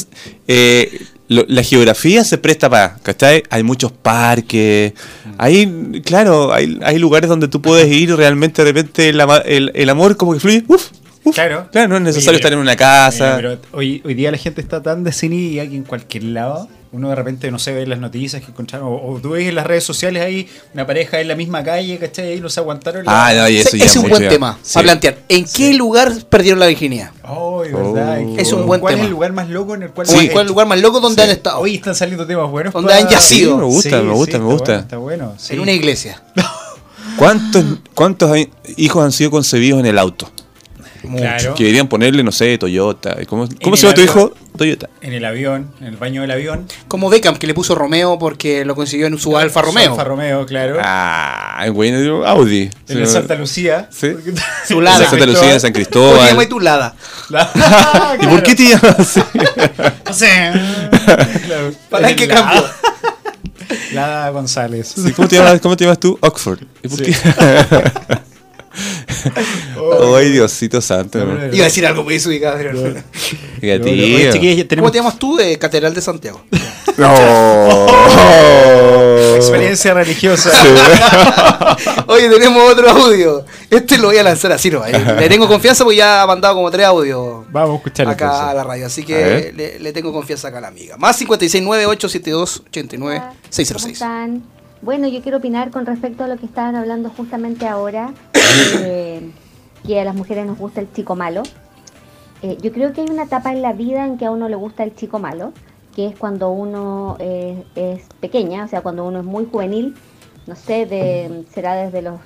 [SPEAKER 2] eh, lo- la geografía se presta para, ¿cachai? Hay muchos parques, hay, claro, hay, hay lugares donde tú puedes ir y realmente de repente el, ama- el- el amor como que fluye, uf, uf.
[SPEAKER 1] Claro.
[SPEAKER 2] no es necesario
[SPEAKER 1] Oye,
[SPEAKER 2] estar en una
[SPEAKER 1] Mira,
[SPEAKER 2] casa.
[SPEAKER 1] pero hoy, hoy día la gente está tan desinhibida que en cualquier lado uno de repente no se ve las noticias que encontraron. O, o tú ves en las redes sociales ahí una pareja en la misma calle, ¿cachai? Ahí no se aguantaron. la-
[SPEAKER 2] ah, no, y eso
[SPEAKER 4] Ese
[SPEAKER 2] ya
[SPEAKER 4] es un
[SPEAKER 2] mucho
[SPEAKER 4] buen
[SPEAKER 2] ya.
[SPEAKER 4] tema
[SPEAKER 2] Sí.
[SPEAKER 4] a plantear. ¿En qué lugar perdieron la virginidad?
[SPEAKER 1] Ay, ¿verdad?
[SPEAKER 2] Oh.
[SPEAKER 4] Es un buen
[SPEAKER 1] ¿Cuál
[SPEAKER 4] tema.
[SPEAKER 1] es el lugar más loco en el cual
[SPEAKER 2] Sí.
[SPEAKER 4] ¿Cuál es el lugar más loco donde han estado?
[SPEAKER 1] Hoy están saliendo temas buenos.
[SPEAKER 4] Donde han yacido.
[SPEAKER 2] Sí, me gusta, me gusta,
[SPEAKER 1] está
[SPEAKER 2] me gusta.
[SPEAKER 1] bueno, está bueno. sí.
[SPEAKER 4] En una iglesia.
[SPEAKER 2] ¿Cuántos, cuántos hay- hijos han sido concebidos en el auto?
[SPEAKER 1] Claro.
[SPEAKER 2] Que deberían ponerle, no sé, Toyota. ¿Cómo, cómo
[SPEAKER 1] el
[SPEAKER 2] se llama
[SPEAKER 1] auto.
[SPEAKER 2] tu hijo? Toyota.
[SPEAKER 1] En el avión, en el baño del avión.
[SPEAKER 4] Como Beckham, que le puso Romeo porque lo consiguió en su Alfa Romeo.
[SPEAKER 1] Alfa Romeo, claro.
[SPEAKER 2] Ah, bueno, Audi.
[SPEAKER 1] En el Santa Lucía.
[SPEAKER 2] Sí.
[SPEAKER 1] Porque-
[SPEAKER 4] Su
[SPEAKER 1] [laughs]
[SPEAKER 2] En
[SPEAKER 4] Lada.
[SPEAKER 2] Santa Lucía, en San
[SPEAKER 4] ¿Cómo se llama
[SPEAKER 2] Cristóbal.
[SPEAKER 4] tu Lada?
[SPEAKER 1] Claro.
[SPEAKER 2] [laughs] ¿Y por qué te llamas así?
[SPEAKER 1] No sé. Claro.
[SPEAKER 4] ¿Para
[SPEAKER 1] En
[SPEAKER 4] qué
[SPEAKER 1] la-
[SPEAKER 4] cambio?
[SPEAKER 1] Lada González.
[SPEAKER 2] Sí, ¿cómo, te llamas, cómo te llamas tú? Oxford. ¿Y por qué? Ay, Diosito santo.
[SPEAKER 1] No,
[SPEAKER 2] hermano.
[SPEAKER 1] pero-
[SPEAKER 4] Iba a decir algo muy desubicado, pero no.
[SPEAKER 2] Qué
[SPEAKER 1] Pero bueno, oye,
[SPEAKER 2] tío.
[SPEAKER 1] chiquillos, ya
[SPEAKER 4] ¿Cómo
[SPEAKER 1] tenemos
[SPEAKER 4] te llamas tú, eh, Catedral de
[SPEAKER 2] [laughs]
[SPEAKER 4] Santiago?
[SPEAKER 1] [laughs]
[SPEAKER 2] No.
[SPEAKER 1] experiencia religiosa.
[SPEAKER 4] [laughs] Oye, tenemos otro audio. Este lo voy a lanzar así, ¿no?
[SPEAKER 2] [laughs]
[SPEAKER 4] Eh, Le tengo confianza porque ya ha mandado como tres audios.
[SPEAKER 1] Vamos a escuchar
[SPEAKER 4] acá
[SPEAKER 1] entonces.
[SPEAKER 4] a la radio, así
[SPEAKER 2] pues, A
[SPEAKER 4] que
[SPEAKER 2] ver.
[SPEAKER 4] le, le tengo confianza acá a la amiga. Más 569-872-89-606.
[SPEAKER 6] ¿Cómo están? Bueno, yo quiero opinar con respecto a lo que estaban hablando justamente ahora, eh, que a las mujeres nos gusta el chico malo. Eh, yo creo que hay una etapa en la vida en que a uno le gusta el chico malo, que es cuando uno eh, es pequeña, o sea, cuando uno es muy juvenil, no sé, de, será desde los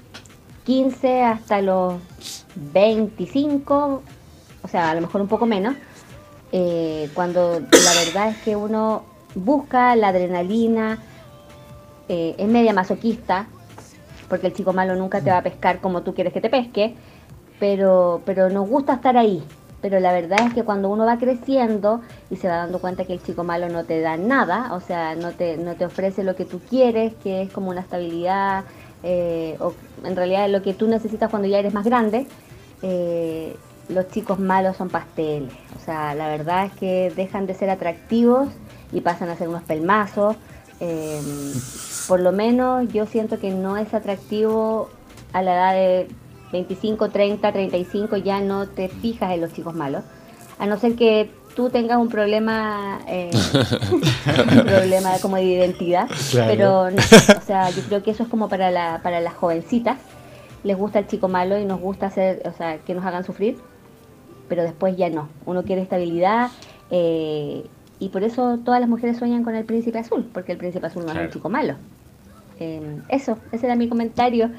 [SPEAKER 6] 15 hasta los 25, o sea, a lo mejor un poco menos, eh, cuando la verdad es que uno busca la adrenalina, eh, es media masoquista, porque el chico malo nunca te va a pescar como tú quieres que te pesque, pero, pero nos gusta estar ahí. Pero la verdad es que cuando uno va creciendo y se va dando cuenta que el chico malo no te da nada, o sea, no te, no te ofrece lo que tú quieres, que es como una estabilidad, eh, o en realidad lo que tú necesitas cuando ya eres más grande, eh, los chicos malos son pasteles. O sea, la verdad es que dejan de ser atractivos y pasan a ser unos pelmazos. Eh, por lo menos yo siento que no es atractivo a la edad de 25, 30, 35, ya no te fijas en los chicos malos. A no ser que tú tengas un problema, eh, un problema como de identidad.
[SPEAKER 1] Claro.
[SPEAKER 6] Pero, no, o sea, yo creo que eso es como para, la, para las jovencitas. les gusta el chico malo y nos gusta hacer, o sea, que nos hagan sufrir, pero después ya no. Uno quiere estabilidad eh, y por eso todas las mujeres sueñan con el príncipe azul, porque el príncipe azul no es
[SPEAKER 2] Claro.
[SPEAKER 6] un chico malo. Eh, eso, ese era mi comentario.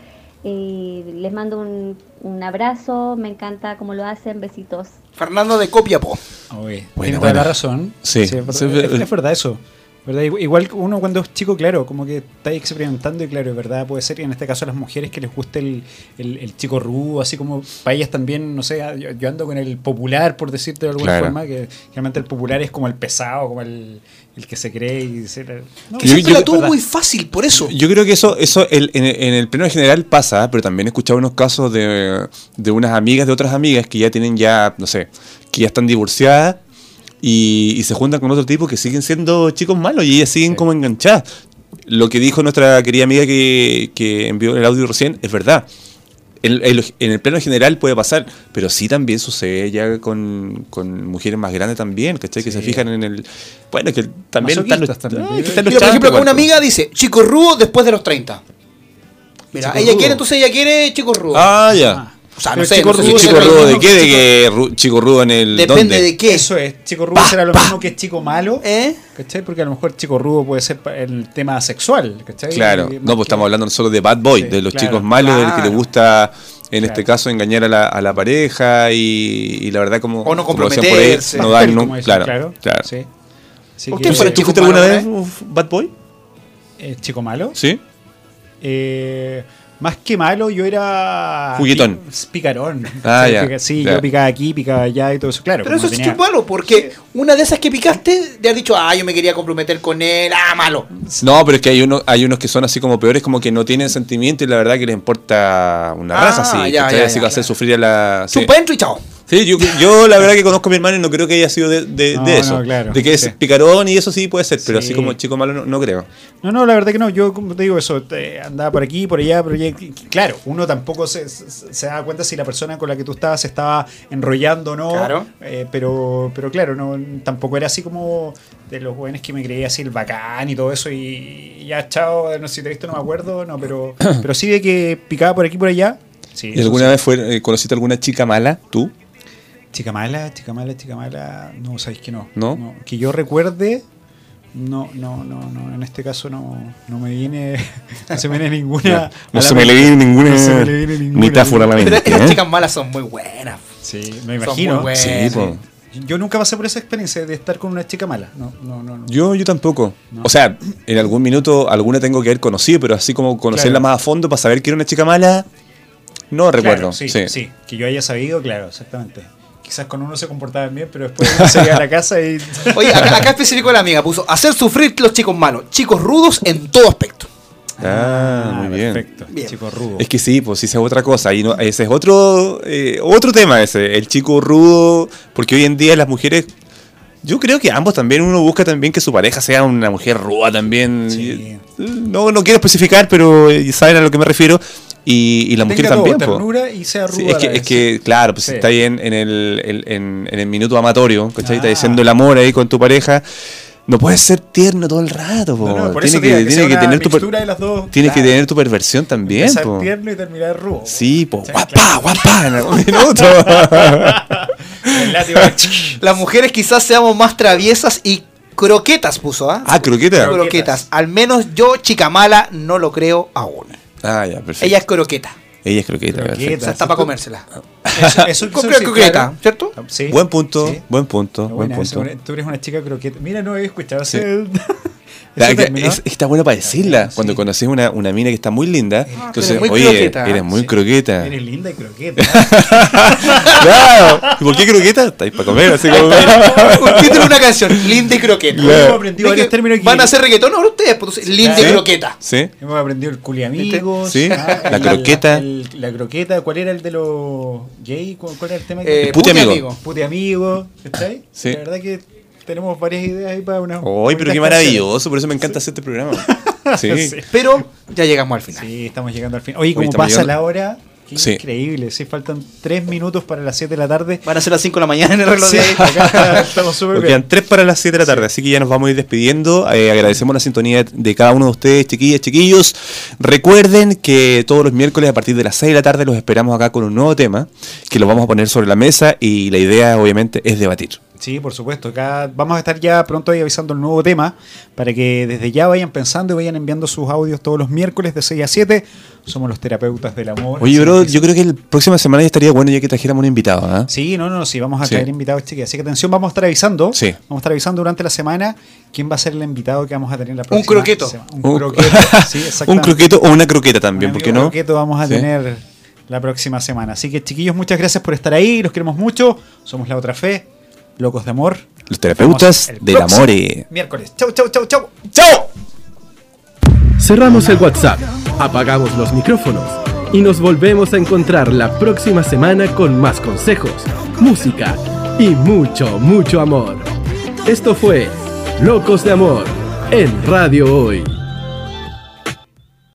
[SPEAKER 6] Y les mando un, un abrazo, me encanta cómo lo hacen, besitos.
[SPEAKER 4] Fernando de Copiapó.
[SPEAKER 1] Oye,
[SPEAKER 2] Buena,
[SPEAKER 1] tiene toda
[SPEAKER 2] buena.
[SPEAKER 1] la razón.
[SPEAKER 2] Sí.
[SPEAKER 1] es, verdad,
[SPEAKER 2] Sí, es-
[SPEAKER 1] es- es verdad eso. ¿Verdad? Igu- Igual que uno cuando es chico, claro, como que está ahí experimentando y claro, es verdad, puede ser, y en este caso a las mujeres que les guste el, el- el chico rudo, así como para ellas también, no sé, ah, yo, yo ando con el popular, por decirte de alguna
[SPEAKER 2] Claro.
[SPEAKER 1] forma, que generalmente el popular es como el pesado, como el, el que se cree y se- no,
[SPEAKER 2] Que yo-
[SPEAKER 4] Siempre
[SPEAKER 2] yo-
[SPEAKER 4] la tuvo
[SPEAKER 1] ¿verdad?
[SPEAKER 4] muy fácil, por eso.
[SPEAKER 2] Yo creo que eso, eso el- en, en el pleno general pasa, pero también he escuchado unos casos de, de unas amigas, de otras amigas que ya tienen ya, no sé, que ya están divorciadas y, y se juntan con otro tipo que siguen siendo chicos malos y ellas siguen como enganchadas. Lo que dijo nuestra querida amiga que, que envió el audio recién es verdad. En, en lo- en el plano general puede pasar, pero sí también sucede ya con, con mujeres más grandes también, ¿cachai? Que se fijan en el... Bueno, que también están los,
[SPEAKER 1] Masoquistas también.
[SPEAKER 2] ah, que están los
[SPEAKER 4] [laughs] Mira, por ejemplo,
[SPEAKER 2] chacos,
[SPEAKER 4] con una
[SPEAKER 2] ¿cuánto?
[SPEAKER 4] amiga dice, chico rudo después de los 30. Mira,
[SPEAKER 2] Chico
[SPEAKER 4] ella
[SPEAKER 2] rudo.
[SPEAKER 4] quiere, entonces ella quiere chico rudo.
[SPEAKER 2] Ah, ya.
[SPEAKER 1] Ah.
[SPEAKER 4] o sea, no
[SPEAKER 1] Pero
[SPEAKER 4] sé.
[SPEAKER 1] chico
[SPEAKER 4] no sé
[SPEAKER 2] ¿Y
[SPEAKER 1] rudo
[SPEAKER 2] chico
[SPEAKER 4] si será lo
[SPEAKER 2] rudo de
[SPEAKER 4] mismo
[SPEAKER 2] qué?
[SPEAKER 4] que
[SPEAKER 2] ¿De
[SPEAKER 4] chico-
[SPEAKER 2] que ru- chico rudo en el.
[SPEAKER 4] Depende
[SPEAKER 2] dónde?
[SPEAKER 4] de qué.
[SPEAKER 1] Eso es, chico rudo será lo mismo que chico malo.
[SPEAKER 4] ¿Eh?
[SPEAKER 1] ¿Cachai? Porque a lo mejor chico rudo puede ser pa- el tema sexual, ¿cachai?
[SPEAKER 2] Claro,
[SPEAKER 1] Y más
[SPEAKER 2] no, pues
[SPEAKER 1] que-
[SPEAKER 2] estamos hablando nosotros de bad boy,
[SPEAKER 1] Sí,
[SPEAKER 2] de los
[SPEAKER 1] claro,
[SPEAKER 2] chicos malos, del que
[SPEAKER 1] claro.
[SPEAKER 2] le gusta, en este
[SPEAKER 1] Claro.
[SPEAKER 2] caso, engañar a la, a la pareja y, y la verdad, como.
[SPEAKER 4] O no
[SPEAKER 2] como decían por ahí,
[SPEAKER 4] comprometerse.
[SPEAKER 2] no
[SPEAKER 1] Papel,
[SPEAKER 2] dan
[SPEAKER 1] como
[SPEAKER 2] nunca.
[SPEAKER 1] dicen,
[SPEAKER 2] Claro, claro.
[SPEAKER 1] Sí. Así
[SPEAKER 4] ¿Usted
[SPEAKER 1] que-
[SPEAKER 4] fue
[SPEAKER 2] ¿Tú
[SPEAKER 4] chico
[SPEAKER 2] fuiste alguna
[SPEAKER 4] malo,
[SPEAKER 2] vez
[SPEAKER 4] eh?
[SPEAKER 2] un bad boy?
[SPEAKER 1] eh, chico malo?
[SPEAKER 2] Sí.
[SPEAKER 1] Eh, más que malo, yo era.
[SPEAKER 2] Juguetón.
[SPEAKER 1] pi- Picarón.
[SPEAKER 2] Ah,
[SPEAKER 1] Sí,
[SPEAKER 2] ya,
[SPEAKER 1] pica- Sí,
[SPEAKER 2] ya.
[SPEAKER 1] yo picaba aquí, picaba allá y todo eso. Claro.
[SPEAKER 4] Pero
[SPEAKER 1] como
[SPEAKER 4] eso es
[SPEAKER 1] tenía-
[SPEAKER 4] chico malo, porque una de esas que picaste, le has dicho, ah, yo me quería comprometer con él, ah, malo.
[SPEAKER 2] No, pero es que hay, uno, hay unos que son así como peores, como que no tienen sentimiento y la verdad que les importa una
[SPEAKER 4] Ah,
[SPEAKER 2] raza así.
[SPEAKER 4] ya,
[SPEAKER 2] ¿cachai?
[SPEAKER 4] ya,
[SPEAKER 2] así
[SPEAKER 4] ya,
[SPEAKER 2] que hacer
[SPEAKER 4] claro.
[SPEAKER 2] sufrir a la. sí.
[SPEAKER 4] Chupa dentro y chao.
[SPEAKER 2] Sí, yo, yo la verdad que conozco a mi hermano y no creo que haya sido de, de-
[SPEAKER 1] No,
[SPEAKER 2] de eso.
[SPEAKER 1] no, claro,
[SPEAKER 2] de que es
[SPEAKER 1] sí.
[SPEAKER 2] picarón y eso sí puede ser, pero
[SPEAKER 1] Sí.
[SPEAKER 2] así como chico malo no, no creo.
[SPEAKER 1] No, no, la verdad que no. Yo, como te digo, eso, te- andaba por aquí, por allá, por allá. y- y Claro, uno tampoco se, se, se da cuenta si la persona con la que tú estabas se estaba enrollando o no.
[SPEAKER 4] Claro.
[SPEAKER 1] Eh, pero, pero claro, no, tampoco era así como de los jóvenes que me creía así el bacán y todo eso. Y, y ya, chao, no sé si te he visto, no me acuerdo. No, pero, pero sí de que picaba por aquí, por allá. Sí,
[SPEAKER 2] ¿Y
[SPEAKER 1] eso
[SPEAKER 2] alguna
[SPEAKER 1] sí.
[SPEAKER 2] vez fue, eh, conociste alguna chica mala, tú?
[SPEAKER 1] Chica mala, chica mala, chica mala. No, sabéis que no.
[SPEAKER 2] ¿No?
[SPEAKER 1] Que yo recuerde. No, no, no, no. En este caso no, no me viene. [laughs] No se me viene ninguna. a la mente. No se me le viene ninguna.
[SPEAKER 4] Pero
[SPEAKER 2] ¿eh?
[SPEAKER 4] esas chicas malas son muy buenas.
[SPEAKER 1] Sí, me
[SPEAKER 4] Son
[SPEAKER 1] imagino.
[SPEAKER 4] muy buenas.
[SPEAKER 2] Sí,
[SPEAKER 4] Eh,
[SPEAKER 2] po.
[SPEAKER 1] Yo nunca pasé por esa experiencia de estar con una chica mala. No, no, no. no.
[SPEAKER 2] Yo, yo tampoco.
[SPEAKER 1] No.
[SPEAKER 2] O sea, en algún minuto alguna tengo que haber conocido, pero así como conocerla
[SPEAKER 1] Claro.
[SPEAKER 2] más a fondo para saber que era una chica mala, no
[SPEAKER 1] Claro,
[SPEAKER 2] recuerdo.
[SPEAKER 1] sí,
[SPEAKER 2] sí.
[SPEAKER 1] sí. Que yo haya sabido, claro, exactamente. Quizás con uno se comportaban bien, pero después uno se iba a la casa y.
[SPEAKER 4] Oye, acá, acá especificó la amiga, puso, hacer sufrir los chicos malos, chicos rudos en todo aspecto.
[SPEAKER 2] [laughs] Ah, muy bien.
[SPEAKER 1] Perfecto.
[SPEAKER 4] Bien.
[SPEAKER 1] Chico rudo.
[SPEAKER 2] Es que sí, pues sí, esa es otra cosa. Y no, ese es otro, eh, otro tema, ese, el chico rudo. Porque hoy en día las mujeres. Yo creo que ambos también, uno busca también que su pareja sea una mujer ruda también.
[SPEAKER 1] Sí.
[SPEAKER 2] Y, eh, No, no quiero especificar, pero eh, saben a lo que me refiero. Y, y la mujer
[SPEAKER 1] Tenga todo,
[SPEAKER 2] también. po.
[SPEAKER 1] ternura y sea ruda.
[SPEAKER 2] Sí,
[SPEAKER 1] a
[SPEAKER 2] es,
[SPEAKER 1] la
[SPEAKER 2] que,
[SPEAKER 1] vez.
[SPEAKER 2] es que, claro, pues
[SPEAKER 1] Sí.
[SPEAKER 2] si está ahí en, en el, el- en- en el minuto amatorio, ¿cachai? Está
[SPEAKER 1] Ah.
[SPEAKER 2] diciendo el amor ahí con tu pareja. No puedes ser tierno todo el rato, po.
[SPEAKER 1] No, no, por
[SPEAKER 2] Tiene
[SPEAKER 1] eso
[SPEAKER 2] que,
[SPEAKER 1] te digo, que
[SPEAKER 2] tiene
[SPEAKER 1] sea
[SPEAKER 2] que
[SPEAKER 1] una
[SPEAKER 2] tener tu per-
[SPEAKER 1] mixtura de las dos,
[SPEAKER 2] Tienes que
[SPEAKER 1] claro.
[SPEAKER 2] tener tu perversión también,
[SPEAKER 1] Empezar
[SPEAKER 2] po.
[SPEAKER 1] tierno y terminar rudo.
[SPEAKER 2] Sí, po.
[SPEAKER 1] Sí,
[SPEAKER 2] guapa,
[SPEAKER 1] claro.
[SPEAKER 2] guapa, en algún
[SPEAKER 1] [laughs]
[SPEAKER 2] minuto.
[SPEAKER 1] El
[SPEAKER 2] [laughs]
[SPEAKER 1] látigo.
[SPEAKER 4] Las mujeres quizás seamos más traviesas y croquetas, puso, ¿ah?
[SPEAKER 2] ah, croqueta.
[SPEAKER 4] croquetas. Al menos yo, chica mala, no lo creo aún.
[SPEAKER 2] Ah, ya, perfecto.
[SPEAKER 4] Ella es croqueta.
[SPEAKER 2] Ella es croqueta.
[SPEAKER 1] Croqueta.
[SPEAKER 4] O
[SPEAKER 2] perfecto.
[SPEAKER 4] sea, está para comérsela.
[SPEAKER 1] Eso, eso quiso
[SPEAKER 4] Creo
[SPEAKER 1] decir,
[SPEAKER 4] croqueta,
[SPEAKER 1] claro.
[SPEAKER 4] ¿cierto?
[SPEAKER 1] Sí.
[SPEAKER 2] Buen punto,
[SPEAKER 1] Sí.
[SPEAKER 2] buen punto,
[SPEAKER 1] Está
[SPEAKER 2] buen
[SPEAKER 1] buena esa,
[SPEAKER 2] punto.
[SPEAKER 1] buena. Tú eres una chica croqueta. Mira, no he escuchado
[SPEAKER 2] Sí. [laughs]
[SPEAKER 1] ese-
[SPEAKER 2] Da-
[SPEAKER 1] ese
[SPEAKER 2] que-
[SPEAKER 1] término.
[SPEAKER 2] es- está bueno para decirla.
[SPEAKER 1] Sí. Ah,
[SPEAKER 2] Cuando conoces una, una mina que está muy linda, entonces,
[SPEAKER 4] eres muy
[SPEAKER 2] oye,
[SPEAKER 4] croqueta,
[SPEAKER 2] eres muy
[SPEAKER 1] Sí.
[SPEAKER 2] croqueta. [laughs]
[SPEAKER 1] Eres linda y croqueta. [laughs]
[SPEAKER 2] claro. ¿Y por qué croqueta? Está ahí para comer,
[SPEAKER 1] [laughs]
[SPEAKER 2] así como.
[SPEAKER 4] Un Oh, título de una canción, Linda y Croqueta.
[SPEAKER 1] Claro. Hemos aprendido
[SPEAKER 4] Es que
[SPEAKER 1] varios términos que-
[SPEAKER 4] Van a hacer reggaetón ahora ustedes, pues, entonces, Linda y
[SPEAKER 2] ¿Sí?
[SPEAKER 4] Croqueta.
[SPEAKER 2] Sí.
[SPEAKER 1] Hemos aprendido el culiamigos.
[SPEAKER 2] Sí.
[SPEAKER 1] ah,
[SPEAKER 2] La
[SPEAKER 1] el-
[SPEAKER 2] croqueta.
[SPEAKER 1] el- la croqueta. ¿Cuál era el de los gay? ¿Cuál, cuál era el tema?
[SPEAKER 4] Eh,
[SPEAKER 2] El pute amigo.
[SPEAKER 1] Pute amigo. ¿Cachai?
[SPEAKER 2] Sí.
[SPEAKER 1] La verdad que tenemos varias ideas ahí para una.
[SPEAKER 2] Uy, pero
[SPEAKER 1] bonitas
[SPEAKER 2] qué maravilloso. Por eso me encanta hacer
[SPEAKER 1] [laughs]
[SPEAKER 2] este programa. Sí.
[SPEAKER 1] Sí.
[SPEAKER 4] Pero ya llegamos al final.
[SPEAKER 1] Sí, estamos llegando al fin. Oye, como
[SPEAKER 2] estamos
[SPEAKER 1] pasa
[SPEAKER 2] llegando.
[SPEAKER 1] la hora, Qué
[SPEAKER 2] Sí.
[SPEAKER 1] increíble. Sí, faltan tres minutos para las 7 de la tarde.
[SPEAKER 4] Van a ser las 5 de la mañana en el reloj
[SPEAKER 1] Sí,
[SPEAKER 4] de
[SPEAKER 1] acá [laughs] estamos súper
[SPEAKER 2] Nos
[SPEAKER 1] bien.
[SPEAKER 2] quedan 3 para las 7 de la tarde, así que ya nos vamos a ir despidiendo. Eh, agradecemos la sintonía de cada uno de ustedes, chiquillas, chiquillos. Recuerden que todos los miércoles a partir de las 6 de la tarde los esperamos acá con un nuevo tema que lo vamos a poner sobre la mesa y la idea obviamente es debatir.
[SPEAKER 1] Sí, por supuesto. Acá vamos a estar ya pronto ahí avisando el nuevo tema para que desde ya vayan pensando y vayan enviando sus audios todos los miércoles de 6 a 7. Somos los terapeutas del amor.
[SPEAKER 2] Oye, bro,
[SPEAKER 1] Así que-
[SPEAKER 2] yo creo que la próxima semana ya estaría bueno ya que trajéramos un invitado, ¿ah?
[SPEAKER 1] Sí, no, no, no, sí, vamos a
[SPEAKER 2] Sí.
[SPEAKER 1] traer invitados, chicas. Así que atención, vamos a estar avisando.
[SPEAKER 2] Sí.
[SPEAKER 1] Vamos a estar avisando durante la semana quién va a ser el invitado que vamos a tener la próxima
[SPEAKER 4] croqueto.
[SPEAKER 1] semana.
[SPEAKER 2] Un-
[SPEAKER 1] Un croqueto. sí,
[SPEAKER 2] [laughs] un
[SPEAKER 1] exactamente.
[SPEAKER 2] croqueto o una croqueta
[SPEAKER 1] Un
[SPEAKER 2] también, ¿por
[SPEAKER 1] amigo
[SPEAKER 2] qué no?
[SPEAKER 1] croqueto vamos a
[SPEAKER 2] Sí.
[SPEAKER 1] tener la próxima semana. Así que, chiquillos, muchas gracias por estar ahí. Los queremos mucho. Somos La Otra Fe, Locos de Amor.
[SPEAKER 2] Los
[SPEAKER 1] Nos
[SPEAKER 2] terapeutas
[SPEAKER 1] vemos el
[SPEAKER 2] del eh.
[SPEAKER 1] próximo
[SPEAKER 2] amore.
[SPEAKER 1] Miércoles. Chau, chau, chau, chau.
[SPEAKER 2] ¡Chao!
[SPEAKER 7] Cerramos el WhatsApp, apagamos los micrófonos y nos volvemos a encontrar la próxima semana con más consejos, música y mucho, mucho amor. Esto fue Locos de Amor en Radio Hoy.